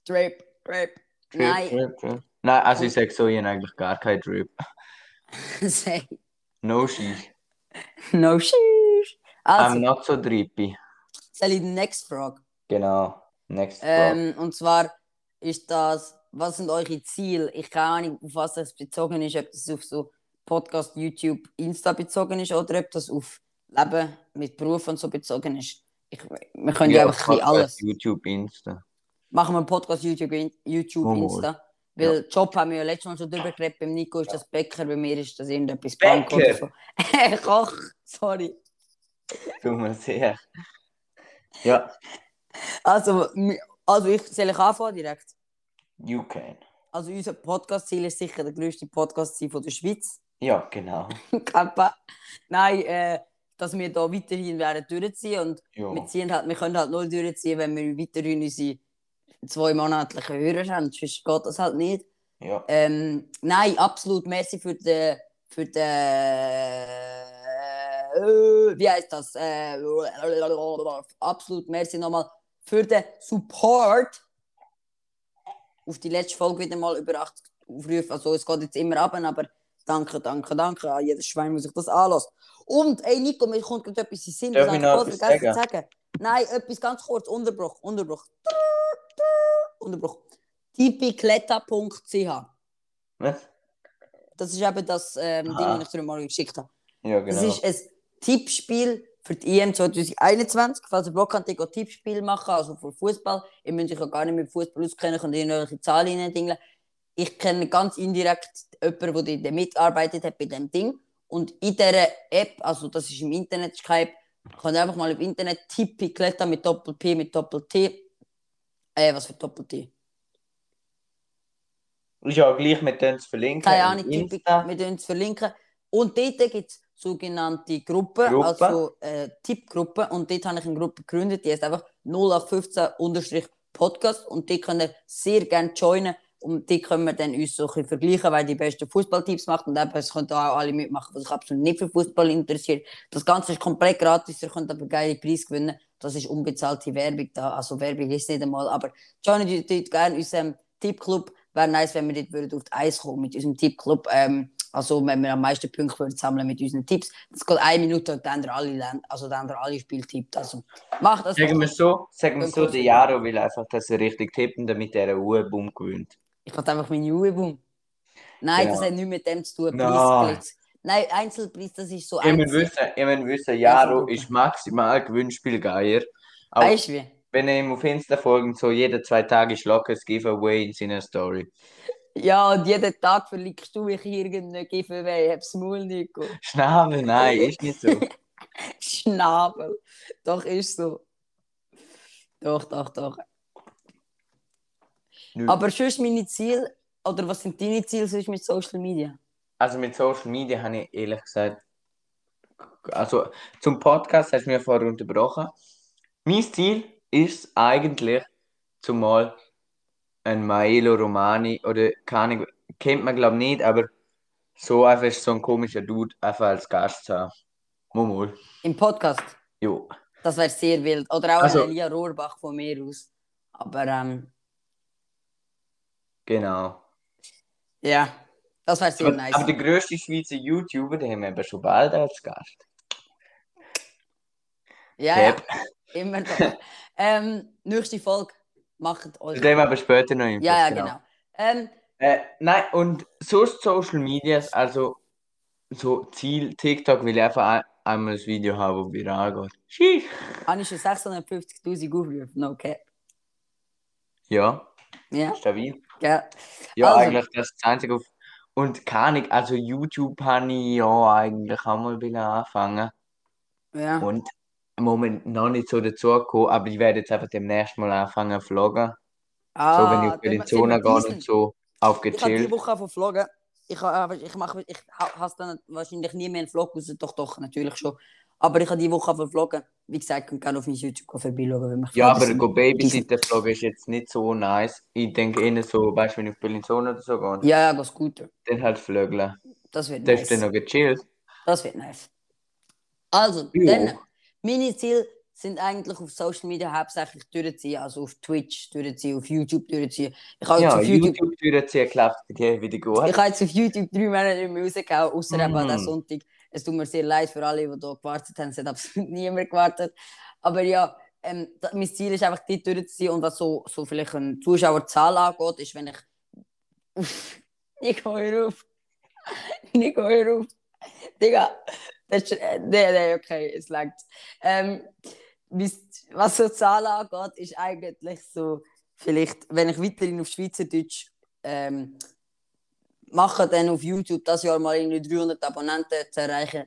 S2: Drape, Drape.
S1: Drip,
S2: Nein,
S1: Drip, Drip. Nein, also ich sag so, Ian eigentlich gar kein Drip.
S2: *laughs* say
S1: No sheesh.
S2: no sheesh. Also,
S1: I'm not so drippy.
S2: soll ich die nächste Frage?
S1: Genau. Next ähm,
S2: Ähm, und zwar ist das, was sind eure Ziele? Ich keine Ahnung, auf was das bezogen ist, ob das auf so Podcast, YouTube, Insta bezogen ist oder ob das auf Leben mit Beruf und so bezogen ist. Ich, wir können ja, einfach ein bisschen alles.
S1: YouTube, Insta.
S2: Machen wir einen Podcast, YouTube, in, YouTube
S1: Jawohl.
S2: Insta. Weil Job haben wir ja letztes Mal schon drüber geredet. Beim Nico ist das Bäcker, bei mir ist das irgendetwas Bank oder so. *laughs* Koch, sorry.
S1: Tut mir sehr. Ja,
S2: Also, mi- also ich soll ich anfangen direkt.
S1: you can.
S2: Also unser Podcast-Ziel ist sicher der größte Podcast-Ziel von der Schweiz.
S1: Ja, genau.
S2: Kappa. Nein, äh, dass wir da weiterhin werden durchziehen und
S1: Ja.
S2: wir, ziehen halt, wir können halt nur durchziehen, wenn wir weiterhin unsere zwei monatlichen Hörer haben. Sonst geht das halt nicht.
S1: ja.
S2: Ähm, nein, absolut merci für den... Für den äh, wie heißt das? Äh, absolut merci nochmal für den Support auf die letzte Folge wieder mal über 80 Aufrufe. Also es geht jetzt immer ab, aber danke, danke, danke an jedes Schwein, der sich das anlässt. Und, ey Nico, mir kommt gerade etwas in den Sinn,
S1: Darf
S2: das
S1: ich
S2: habe
S1: noch
S2: ich voll
S1: etwas
S2: vergessen zu sagen. Nein, etwas ganz kurz, Unterbruch, Unterbruch. Unterbruch. Tipikletta.ch
S1: Was?
S2: Das ist eben das ähm, Ding,
S1: Aha.
S2: das ich dir mal geschickt habe.
S1: Ja, genau.
S2: Das ist ein Tippspiel für die EM 2021. Falls ihr Bock habt, ihr könnt Tippspiel machen, also für Fußball. Ihr müsst euch ja gar nicht mit Fußball auskennen, könnt irgendwelche Zahlen reindingeln. Ich kenne ganz indirekt jemanden, der dort mitgearbeitet hat bei dem Ding. Und in dieser App, also das ist im Internet, ist keine App, könnt ihr einfach mal im Internet tippen, Kletta mit Doppel-P, mit Doppel-T. Äh, was für Doppel-T?
S1: Ist ja gleich, wir können es verlinken.
S2: Keine
S1: im
S2: Ahnung, tippen,
S1: Insta.
S2: wir werden es verlinken. Und dort gibt es sogenannte Gruppen,
S1: Gruppen.
S2: also äh, Tippgruppen. Und dort habe ich eine Gruppe gegründet, die heißt einfach 0815-Podcast. Und die können ihr sehr gerne joinen. Und die können wir dann uns so ein bisschen vergleichen, weil die besten Fußballtipps macht. Und eben, es können da auch alle mitmachen, die sich absolut nicht für Fußball interessiert. Das Ganze ist komplett gratis, ihr könnt aber geile Preise gewinnen. Das ist unbezahlte Werbung da. Also Werbung ist nicht einmal. Aber joinen die Leute gerne unserem Tippclub. Wäre nice, wenn wir dort würden auf die Eis kommen mit unserem Tippclub. Ähm, also wenn wir am meisten Punkte würden sammeln mit unseren Tipps. Das geht eine Minute und dann haben wir alle, Län- also dann haben wir alle Spieltipps. Also macht das.
S1: Sagen wir so, sagen wir
S2: Dann
S1: so,
S2: kannst
S1: der
S2: du-
S1: Jaro will einfach, dass er richtig tippen, damit er einen Uhrbaum gewinnt.
S2: Ich hatte einfach meine Juwelbum. Nein,
S1: Genau.
S2: das hat nichts mit dem zu tun.
S1: Nein.
S2: Preisgeld. Nein, Einzelpreis, das ist so
S1: Ich muss
S2: einzeln.
S1: wissen, ich muss wissen, Jaro
S2: Einzelgruppe.
S1: ist maximal Gewinnspielgeier. Auch
S2: Weißt du wie?
S1: wenn er ihm auf Insta folgt, so jede zwei Tage ist locker das Giveaway in seiner Story.
S2: Ja, und jeden Tag verlinkst du mich irgendeinen Giveaway. Hab's Maul, Nico.
S1: Schnabel, nein, ist nicht so.
S2: *laughs* Schnabel. Doch, ist so. Doch, doch, doch.
S1: Nö.
S2: Aber sonst meine Ziele, oder was sind deine Ziele sonst mit Social Media?
S1: Also mit Social Media habe ich ehrlich gesagt. Also zum Podcast hast du mir vorher unterbrochen. Mein Ziel ist eigentlich, zumal ein Maelo Romani oder keine Ahnung, kennt man glaube ich nicht, aber so einfach ist so ein komischer Dude einfach als Gast zu haben. Momol.
S2: Im Podcast?
S1: Jo.
S2: Das wäre sehr wild. Oder auch
S1: Also-
S2: ein Elia Rohrbach von mir aus. Aber ähm,
S1: Genau.
S2: ja, das wäre sehr
S1: Aber,
S2: nice.
S1: aber der grösste Schweizer YouTuber, den haben wir aber schon bald als Gast.
S2: Ja, ja.
S1: Yep.
S2: immer
S1: *laughs*
S2: doch. ähm, nächste Folge macht euch.
S1: Zu dem aber später noch Infos.
S2: Ja, ja, genau. Ähm,
S1: Äh, nein, und so Social Medias, also so Ziel TikTok will ich einfach ein, einmal ein Video haben, wo viral geht. Schieß.
S2: habe ich schon 650.000 Aufrufe. No cap.
S1: Ja,
S2: Ja,
S1: stabil.
S2: gell.
S1: Ja,
S2: Also.
S1: eigentlich das ist das einzige auf. Und keine Ahnung, also YouTube habe ich ja eigentlich auch mal wieder anfangen.
S2: Ja.
S1: Und im Moment noch nicht so dazugekommen, aber ich werde jetzt einfach demnächst mal anfangen zu vloggen. So, wenn ich auf
S2: Ah, dann
S1: die
S2: ma-
S1: Zone
S2: sind wir
S1: gehe
S2: dieseln.
S1: und so
S2: Ich habe diese
S1: aufgechillt.
S2: Woche verflogen. Ich, habe- aber ich, mache, ich ha- hasse dann wahrscheinlich nie mehr einen Vlog dus raus. Doch, doch, natürlich schon. Aber ich habe diese Woche verflogen. Wie gesagt, könnt gerne auf mein YouTube vorbeischauen. wenn mich
S1: Ja,
S2: freut,
S1: aber
S2: dass
S1: go
S2: dieseln.
S1: Babysitter-Vlog ist jetzt nicht so nice. Ich denke eher so, weißt du, wenn ich auf Berlin Zone oder so gehe.
S2: Ja, ja, das gut.
S1: Dann halt Flögler.
S2: Das wird
S1: Das ist dann
S2: nice.
S1: noch gechillt.
S2: Das wird nice. Also,
S1: Ja.
S2: dann, meine Ziele sind eigentlich auf Social Media hauptsächlich durchziehen. Also auf Twitch durchziehen, auf YouTube durchziehen. Ich habe jetzt
S1: Ja,
S2: auf YouTube,
S1: YouTube-Türen ziehen klappt bei dir wieder
S2: ich
S1: gut.
S2: habe jetzt auf YouTube drei Monate nicht mehr rausgehauen, außer eben an
S1: Mm.
S2: diesem Sonntag. Es tut mir sehr leid für alle, die hier gewartet haben. Es hat absolut *laughs* niemand gewartet. Aber ja, ähm, da, mein Ziel ist einfach, die durchzuziehen. Und was so, so vielleicht eine Zuschauerzahl angeht, ist, wenn ich. *laughs* Uff, Nico, hör auf! *laughs* Nico, hör auf! Digga, das ist, äh, nee, nee, okay, es langt. Ähm, mis- was so Zahlen angeht, ist eigentlich so, vielleicht, wenn ich weiterhin auf Schweizerdeutsch ähm, mache, dann auf YouTube das Jahr mal irgendwie 300 Abonnenten zu erreichen,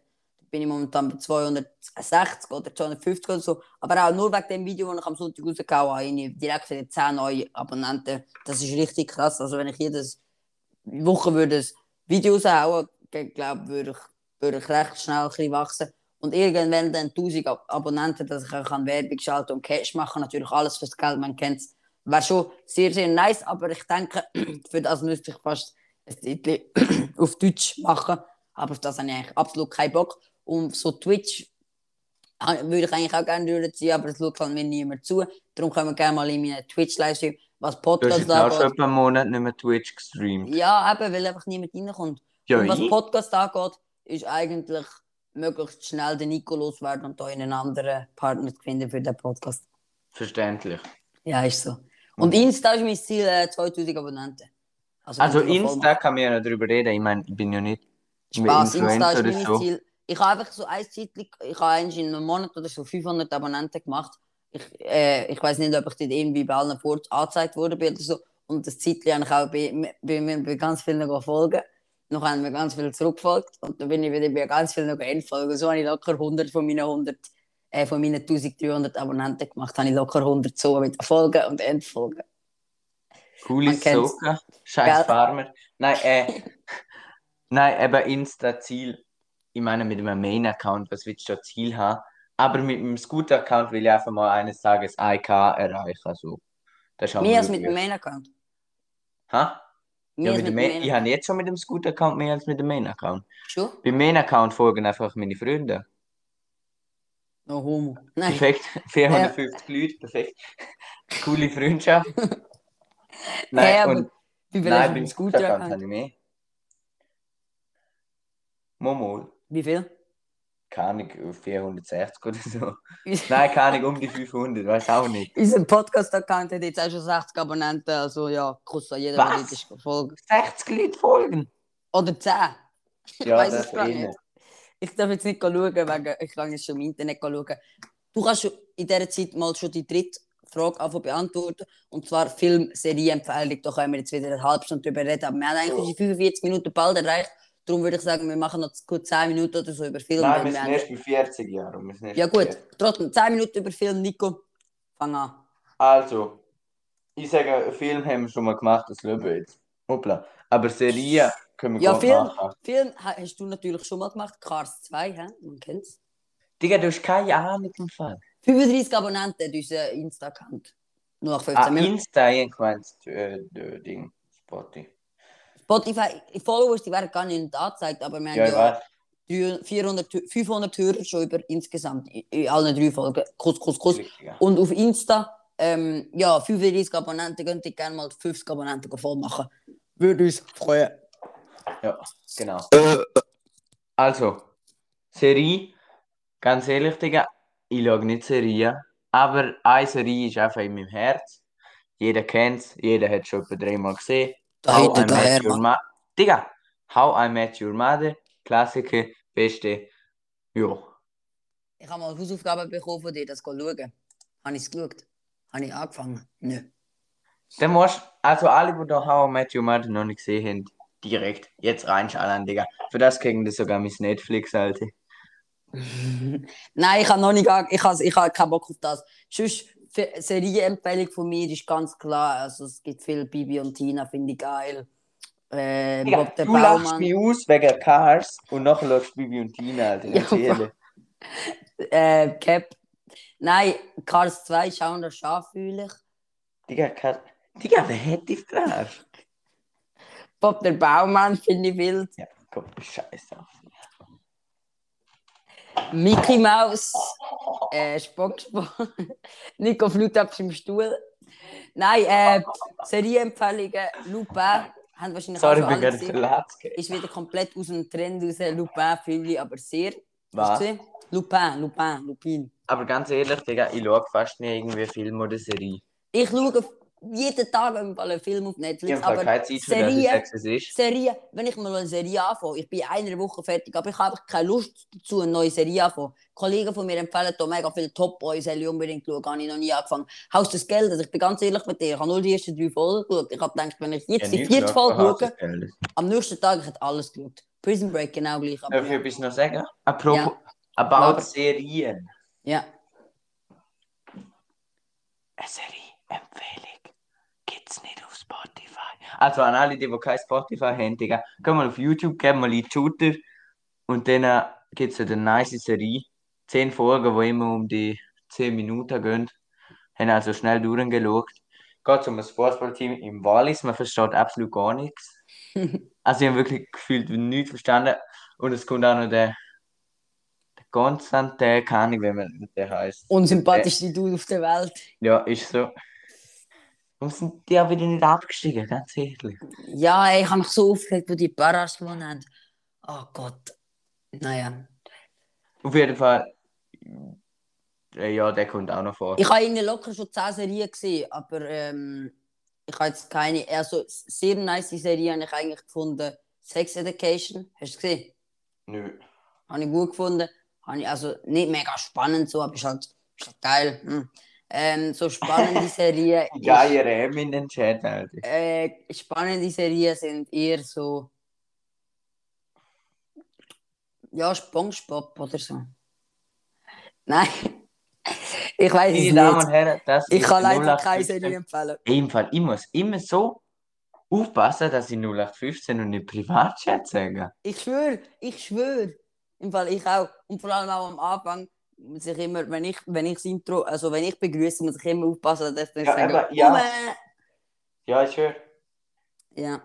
S2: bin ich momentan bei 260 oder 250 oder so. Aber auch nur wegen dem Video, das ich am Sonntag rausgehauen habe, irgendwie direkt für die 10 neue Abonnenten. Das ist richtig krass. Also wenn ich jedes Woche würde ein Video raushauen, glaube würde äh, ich, würde ich recht schnell ein bisschen wachsen. Und irgendwann dann 1000 Ab Abonnenten, dass ich auch kann Werbung schalten und Cash machen Natürlich alles fürs Geld, man kennt es. Wäre schon sehr, sehr nice, aber ich denke, *clears throat* für das müsste ich fast ein Titel *clears throat* auf Deutsch machen. Aber auf das habe ich eigentlich absolut keinen Bock. Und so Twitch äh, würde ich eigentlich auch gerne durchziehen, aber es schaut halt mir niemand zu. Darum können wir gerne mal in meinen Twitch-Livestream, was
S1: Du hast
S2: Podcasts
S1: jetzt auch schon
S2: angeht.
S1: etwa einen Monat nicht mehr Twitch gestreamt.
S2: Ja, eben, weil einfach niemand reinkommt.
S1: Ja,
S2: und was
S1: ich?
S2: Podcast angeht, ist eigentlich möglichst schnell den Nico loswerden und da einen anderen Partner zu finden für den Podcast.
S1: Verständlich.
S2: Ja, ist so. Und Insta ist mein Ziel, äh, 2000 Abonnenten.
S1: Mhm. Also
S2: wenn ich das voll
S1: Insta kann man ja noch drüber reden. Ich meine, ich bin ja nicht
S2: mache. Spaß, Insta
S1: Influencer
S2: ist
S1: oder
S2: mein
S1: so.
S2: Ziel. Ich habe einfach so ein Zeitlich, ich habe eigentlich in einem Monat oder so 500 Abonnenten gemacht. Ich, äh, ich weiß nicht, ob ich dort irgendwie bei allen vor angezeigt wurde bin oder so. Und das Zeitlich habe ich auch bei, bei, bei, bei ganz vielen folgen. Noch haben wir ganz viel zurückgefolgt und dann bin ich wieder bei ganz vielen noch einfolgen. So habe ich locker 100 von meinen 100, äh, von meinen 1300 Abonnenten gemacht, habe ich locker 100 so mit Folgen und Endfolgen.
S1: Coole
S2: Man kennt's.
S1: Socken, scheiß
S2: Gell?
S1: Farmer. Nein,
S2: *laughs*
S1: äh, nein, eben Insta-Ziel. Ich meine, mit einem Main-Account, was willst du da Ziel haben? Aber mit einem Scooter-Account will ich einfach mal eines Tages 1K erreichen. Also, das ist auch
S2: Mehr als mit dem
S1: möglich.
S2: Main-Account.
S1: Ha?
S2: Mehr
S1: ja,
S2: als
S1: mit dem
S2: mit
S1: Main
S2: dem
S1: ich habe jetzt schon mit dem Scooter-Account mehr als mit dem Main-Account.
S2: Schon?
S1: Beim Main-Account folgen einfach meine Freunde.
S2: No homo. Nein. *laughs*
S1: Perfekt. 450 Leute, perfekt. Coole
S2: *laughs*
S1: Freundschaft.
S2: Hey, aber
S1: und-
S2: Wie viel hast
S1: Nein, beim
S2: du beim
S1: Scooter kann
S2: Scooter-Account?
S1: ich mehr. Momol,
S2: Wie viel?
S1: keine Ahnung, 460 oder so. *laughs* Nein, keine Ahnung, um die 500, weiß auch nicht.
S2: Unser Podcast-Account hat jetzt auch schon 60 Abonnenten, also ja, Kuss an jeder,
S1: Was?
S2: der dich verfolgt.
S1: 60 Leute folgen.
S2: Oder 10.
S1: Ja,
S2: weiss
S1: das
S2: es gar
S1: eh
S2: nicht.
S1: nicht.
S2: Ich darf jetzt nicht schauen, wegen, ich kann jetzt schon im Internet schauen. Du kannst schon in dieser Zeit mal schon die dritte Frage anfangen beantworten. Und zwar Film, Serie, Empfehlung. Da können wir jetzt wieder eine halbe Stunde drüber reden. Aber wir haben eigentlich unsere 45 Minuten bald erreicht. Darum würde ich sagen, wir machen noch gut 10 Minuten oder so über Film.
S1: Nein, wir
S2: weil
S1: sind
S2: haben-
S1: erst bei 40 Jahren. wir sind erst
S2: Ja,
S1: bei
S2: gut.
S1: 40.
S2: Trotzdem, 10 Minuten über Film, Nico. Fang an.
S1: Also, ich sage, einen Film haben wir schon mal gemacht, das liebe ich jetzt. Hoppla. Aber Serie können wir
S2: Ja,
S1: gut
S2: Film.
S1: machen.
S2: Film ha- hast du natürlich schon mal gemacht. Cars 2, hä? man kennt es.
S1: Digga, du hast keine Ahnung im Fall.
S2: 35 Abonnenten hat unser Insta-Account. Nur nach 15
S1: Ah,
S2: Minuten.
S1: Insta, ich meine, äh, äh, Ding, Spotify.
S2: Spotify, die Followers, die werden gar nicht angezeigt, aber wir
S1: Ja, ich
S2: haben
S1: weiß.
S2: ja 300, 400, Hö- 500 Hörer schon über insgesamt, in- in allen drei Folgen. Kuss, Kuss, Kuss.
S1: Richtig.
S2: Und auf Insta, ähm, ja, 35 Abonnenten, könnt ihr gerne mal 50 Abonnenten voll machen. Würde uns freuen.
S1: Genau. Also, Serie, ganz ehrlich, Digga, ich schaue nicht Serien, aber eine Serie ist einfach in meinem Herz. Jeder kennt es, jeder hat schon etwa dreimal gesehen.
S2: Da
S1: How I
S2: hinten, da
S1: Met Your
S2: Hermann.
S1: Ma Digga, How I Met Your Mother, Klassiker, beste. Jo.
S2: Ich habe mal Hausaufgaben bekommen von dir, das zu schauen. Habe ich es geschaut? Habe ich angefangen? Nö.
S1: Dann musst also alle, die da How I Met Your Mother noch nicht gesehen haben, direkt jetzt reinschalten, Digga. Für das kriegen das sogar mein Netflix, Alter.
S2: Nein, ich habe noch nicht ange- ich habe, ich habe keinen Bock auf das. Sonst, Fe- Serienempfehlung von mir ist ganz klar. Also, es gibt viel Bibi und Tina, finde ich geil. Äh,
S1: Digga,
S2: Bob der
S1: du lachst
S2: Baumann.
S1: mich aus wegen Cars und nachher läufst Bibi und Tina, Alter.
S2: Ja,
S1: Ganz ehrlich.
S2: Äh, Cap. Nein, Cars 2, Schauen der Schaf fühle ich.
S1: Digga, Car Digga, wer hätte ich das?
S2: Bob der Baumann finde ich wild.
S1: Ja, komm, scheiße auf.
S2: Mickey Mouse. Äh, SpongeBob. *laughs* Nico fliegt ab im Stuhl. Nein, äh, Serienempfehlungen. Lupin. Haben wahrscheinlich
S1: Sorry, ich bin
S2: auch schon alle
S1: gerade
S2: gesehen.
S1: verletzt.
S2: ist wieder komplett aus dem Trend raus. Lupin fühle ich aber sehr. Hast du
S1: Was?
S2: gesehen? Lupin, Lupin, Lupin.
S1: Aber ganz ehrlich, Digga, ich schaue fast nie irgendwie Film oder Serie.
S2: Ich schaue jeden Tag im Fall einen Film auf
S1: Ich
S2: Netflix,
S1: habe aber
S2: aber
S1: keine Zeit für das, ich
S2: Serie,
S1: sag's, es ist.
S2: Serie, wenn ich mal eine Serie anfange, ich bin in einer Woche fertig, aber ich habe keine Lust dazu, eine neue Serie anfangen. Kollegen von mir empfehlen da mega viele Top Boys, soll ich unbedingt schauen, habe ich noch nie angefangen. Haus des Geldes, ich bin Dus ganz ehrlich mit dir, ich habe nur die ersten drei Folgen geschaut. Ich habe gedacht, wenn ich jetzt die vierte Folge schaue,
S1: schaue.
S2: am nächsten Tag ich hätte alles geschaut. Prison Break genau gleich. aber
S1: Darf ich
S2: ja.
S1: etwas noch sagen? Apropos,
S2: Ja.
S1: about
S2: Aber-
S1: Serien.
S2: ja.
S1: Eine Serie-Empfehlung gibt's nicht auf Spotify. Also an alle, die, die kein Spotify haben, Digga, gehen mal auf YouTube, gehen mal in die Shooter und dann äh, gibt's eine nice Serie. Zehn Folgen, die immer um die 10 Minuten gehen. Haben also schnell durchgeschaut. Geht um ein Fußballteam im Wallis, man versteht absolut gar *laughs* nichts. also ich habe wirklich gefühlt nichts verstanden. Und es kommt auch noch der, der Konstantin, keine Ahnung, wie man der heißt.
S2: unsympathischste Dude auf der Welt.
S1: Ja, ist so. Warum sind die auch wieder nicht abgestiegen, ganz ehrlich?
S2: Ja, ey, ich habe mich so aufgeregt, wo die Paras gewonnen haben. Oh Gott. Naja.
S1: Auf jeden Fall. Äh, Ja, der kommt auch noch vor.
S2: Ich habe ihnen locker schon 10 Serien gesehen, aber ähm, ich habe jetzt keine. Also, sehr nice Serie habe ich eigentlich gefunden. Sex Education, hast du gesehen?
S1: Nö.
S2: Habe ich gut gefunden. Habe ich also nicht mega spannend so, aber ist halt, ist halt geil. Hm. Ähm, so spannende Serien. ist-
S1: Ja, ihr halt.
S2: Eh,
S1: Räm in den Chat, Alter.
S2: äh, spannende Serien sind eher so Ja, Spongebob oder so. Nein. *laughs* Ich weiß es
S1: Meine Damen und
S2: nicht.
S1: Herren, das
S2: Ich
S1: ist
S2: kann leider keine
S1: 0815.
S2: Serie empfehlen.
S1: Ebenfalls, ich muss immer so aufpassen, dass ich 0815 und nicht Privatchat sage.
S2: Ich schwöre, ich schwöre. Im Fall ich auch. Und vor allem auch am Anfang muss ich immer, wenn ich, wenn ich das Intro, also wenn ich begrüße, muss ich immer aufpassen, dass ich nicht
S1: Ja,
S2: sage,
S1: aber- ja.
S2: «Ume!»
S1: Ja, ich höre.
S2: ja.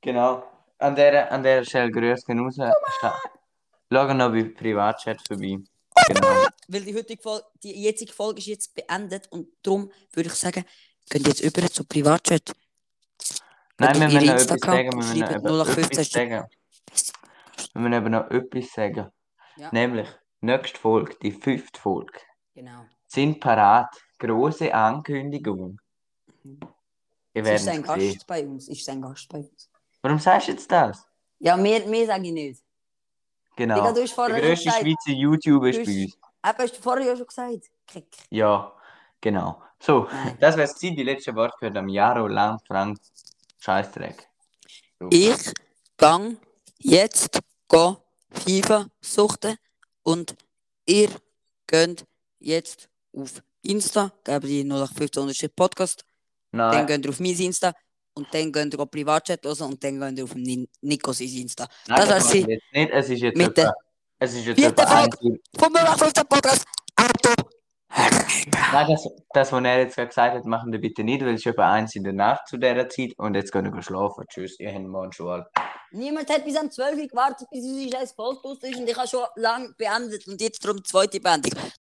S1: Genau. An der, an der Stelle grüß gehen raus. Sta- Schau noch bei Privatchat vorbei. Genau.
S2: Weil die heutige Folge, die jetzige Folge ist jetzt beendet und darum würde ich sagen, geht jetzt über zu Privatchat.
S1: Nein,
S2: Oder
S1: wir
S2: ihre
S1: müssen noch etwas
S2: Instagram
S1: sagen. Wir müssen noch
S2: schreiben
S1: eben
S2: 0815.
S1: etwas sagen. Wir müssen eben noch etwas sagen.
S2: Ja.
S1: Nämlich, nächste Folge, die fünfte Folge,
S2: Genau.
S1: sind parat. Große Ankündigung.
S2: Mhm.
S1: Ihr
S2: Ist
S1: werdet
S2: ein
S1: es sehen.
S2: Gast bei uns? Ist ein Gast bei uns?
S1: Warum sagst du jetzt das?
S2: Ja, mehr, mehr sage ich nicht. Digga,
S1: Genau.
S2: du hast
S1: Der
S2: vorher schon
S1: grösste
S2: gesagt.
S1: Schweizer YouTuber ist
S2: Du
S1: bei
S2: hast-
S1: uns.
S2: Eben, hast du vorher ja schon gesagt. Kick.
S1: Ja, genau. So,
S2: Nein.
S1: das wär's gewesen. Die letzte Wort gehört am Jaro lang Frank Scheißdreck.
S2: Ich gang jetzt go FIFA suchten und ihr könnt jetzt auf Insta, gebt die 0815 Unterstrich Podcast, dann
S1: Nein,
S2: könnt ihr auf mein Insta und dann könnt ihr auch Privatchat hören und dann könnt ihr auf Nin- Nikos Insta.
S1: nein, das
S2: das war's
S1: machen wir jetzt nicht. Es ist jetzt
S2: mit der
S1: etwa, es ist jetzt
S2: vierten
S1: etwa ein Uhr.
S2: Vom 0815 Podcast, Auto.
S1: Nein, das, das, was er jetzt gerade gesagt hat, machen wir bitte nicht, weil es ist etwa eins in der Nacht zu dieser Zeit und jetzt gehen wir schlafen. Tschüss, ihr habt morgen schon
S2: Niemand hat bis am 12 Uhr gewartet, bis unsere scheiß Post ist und ich habe schon lange beendet und jetzt darum zweite Beendigung.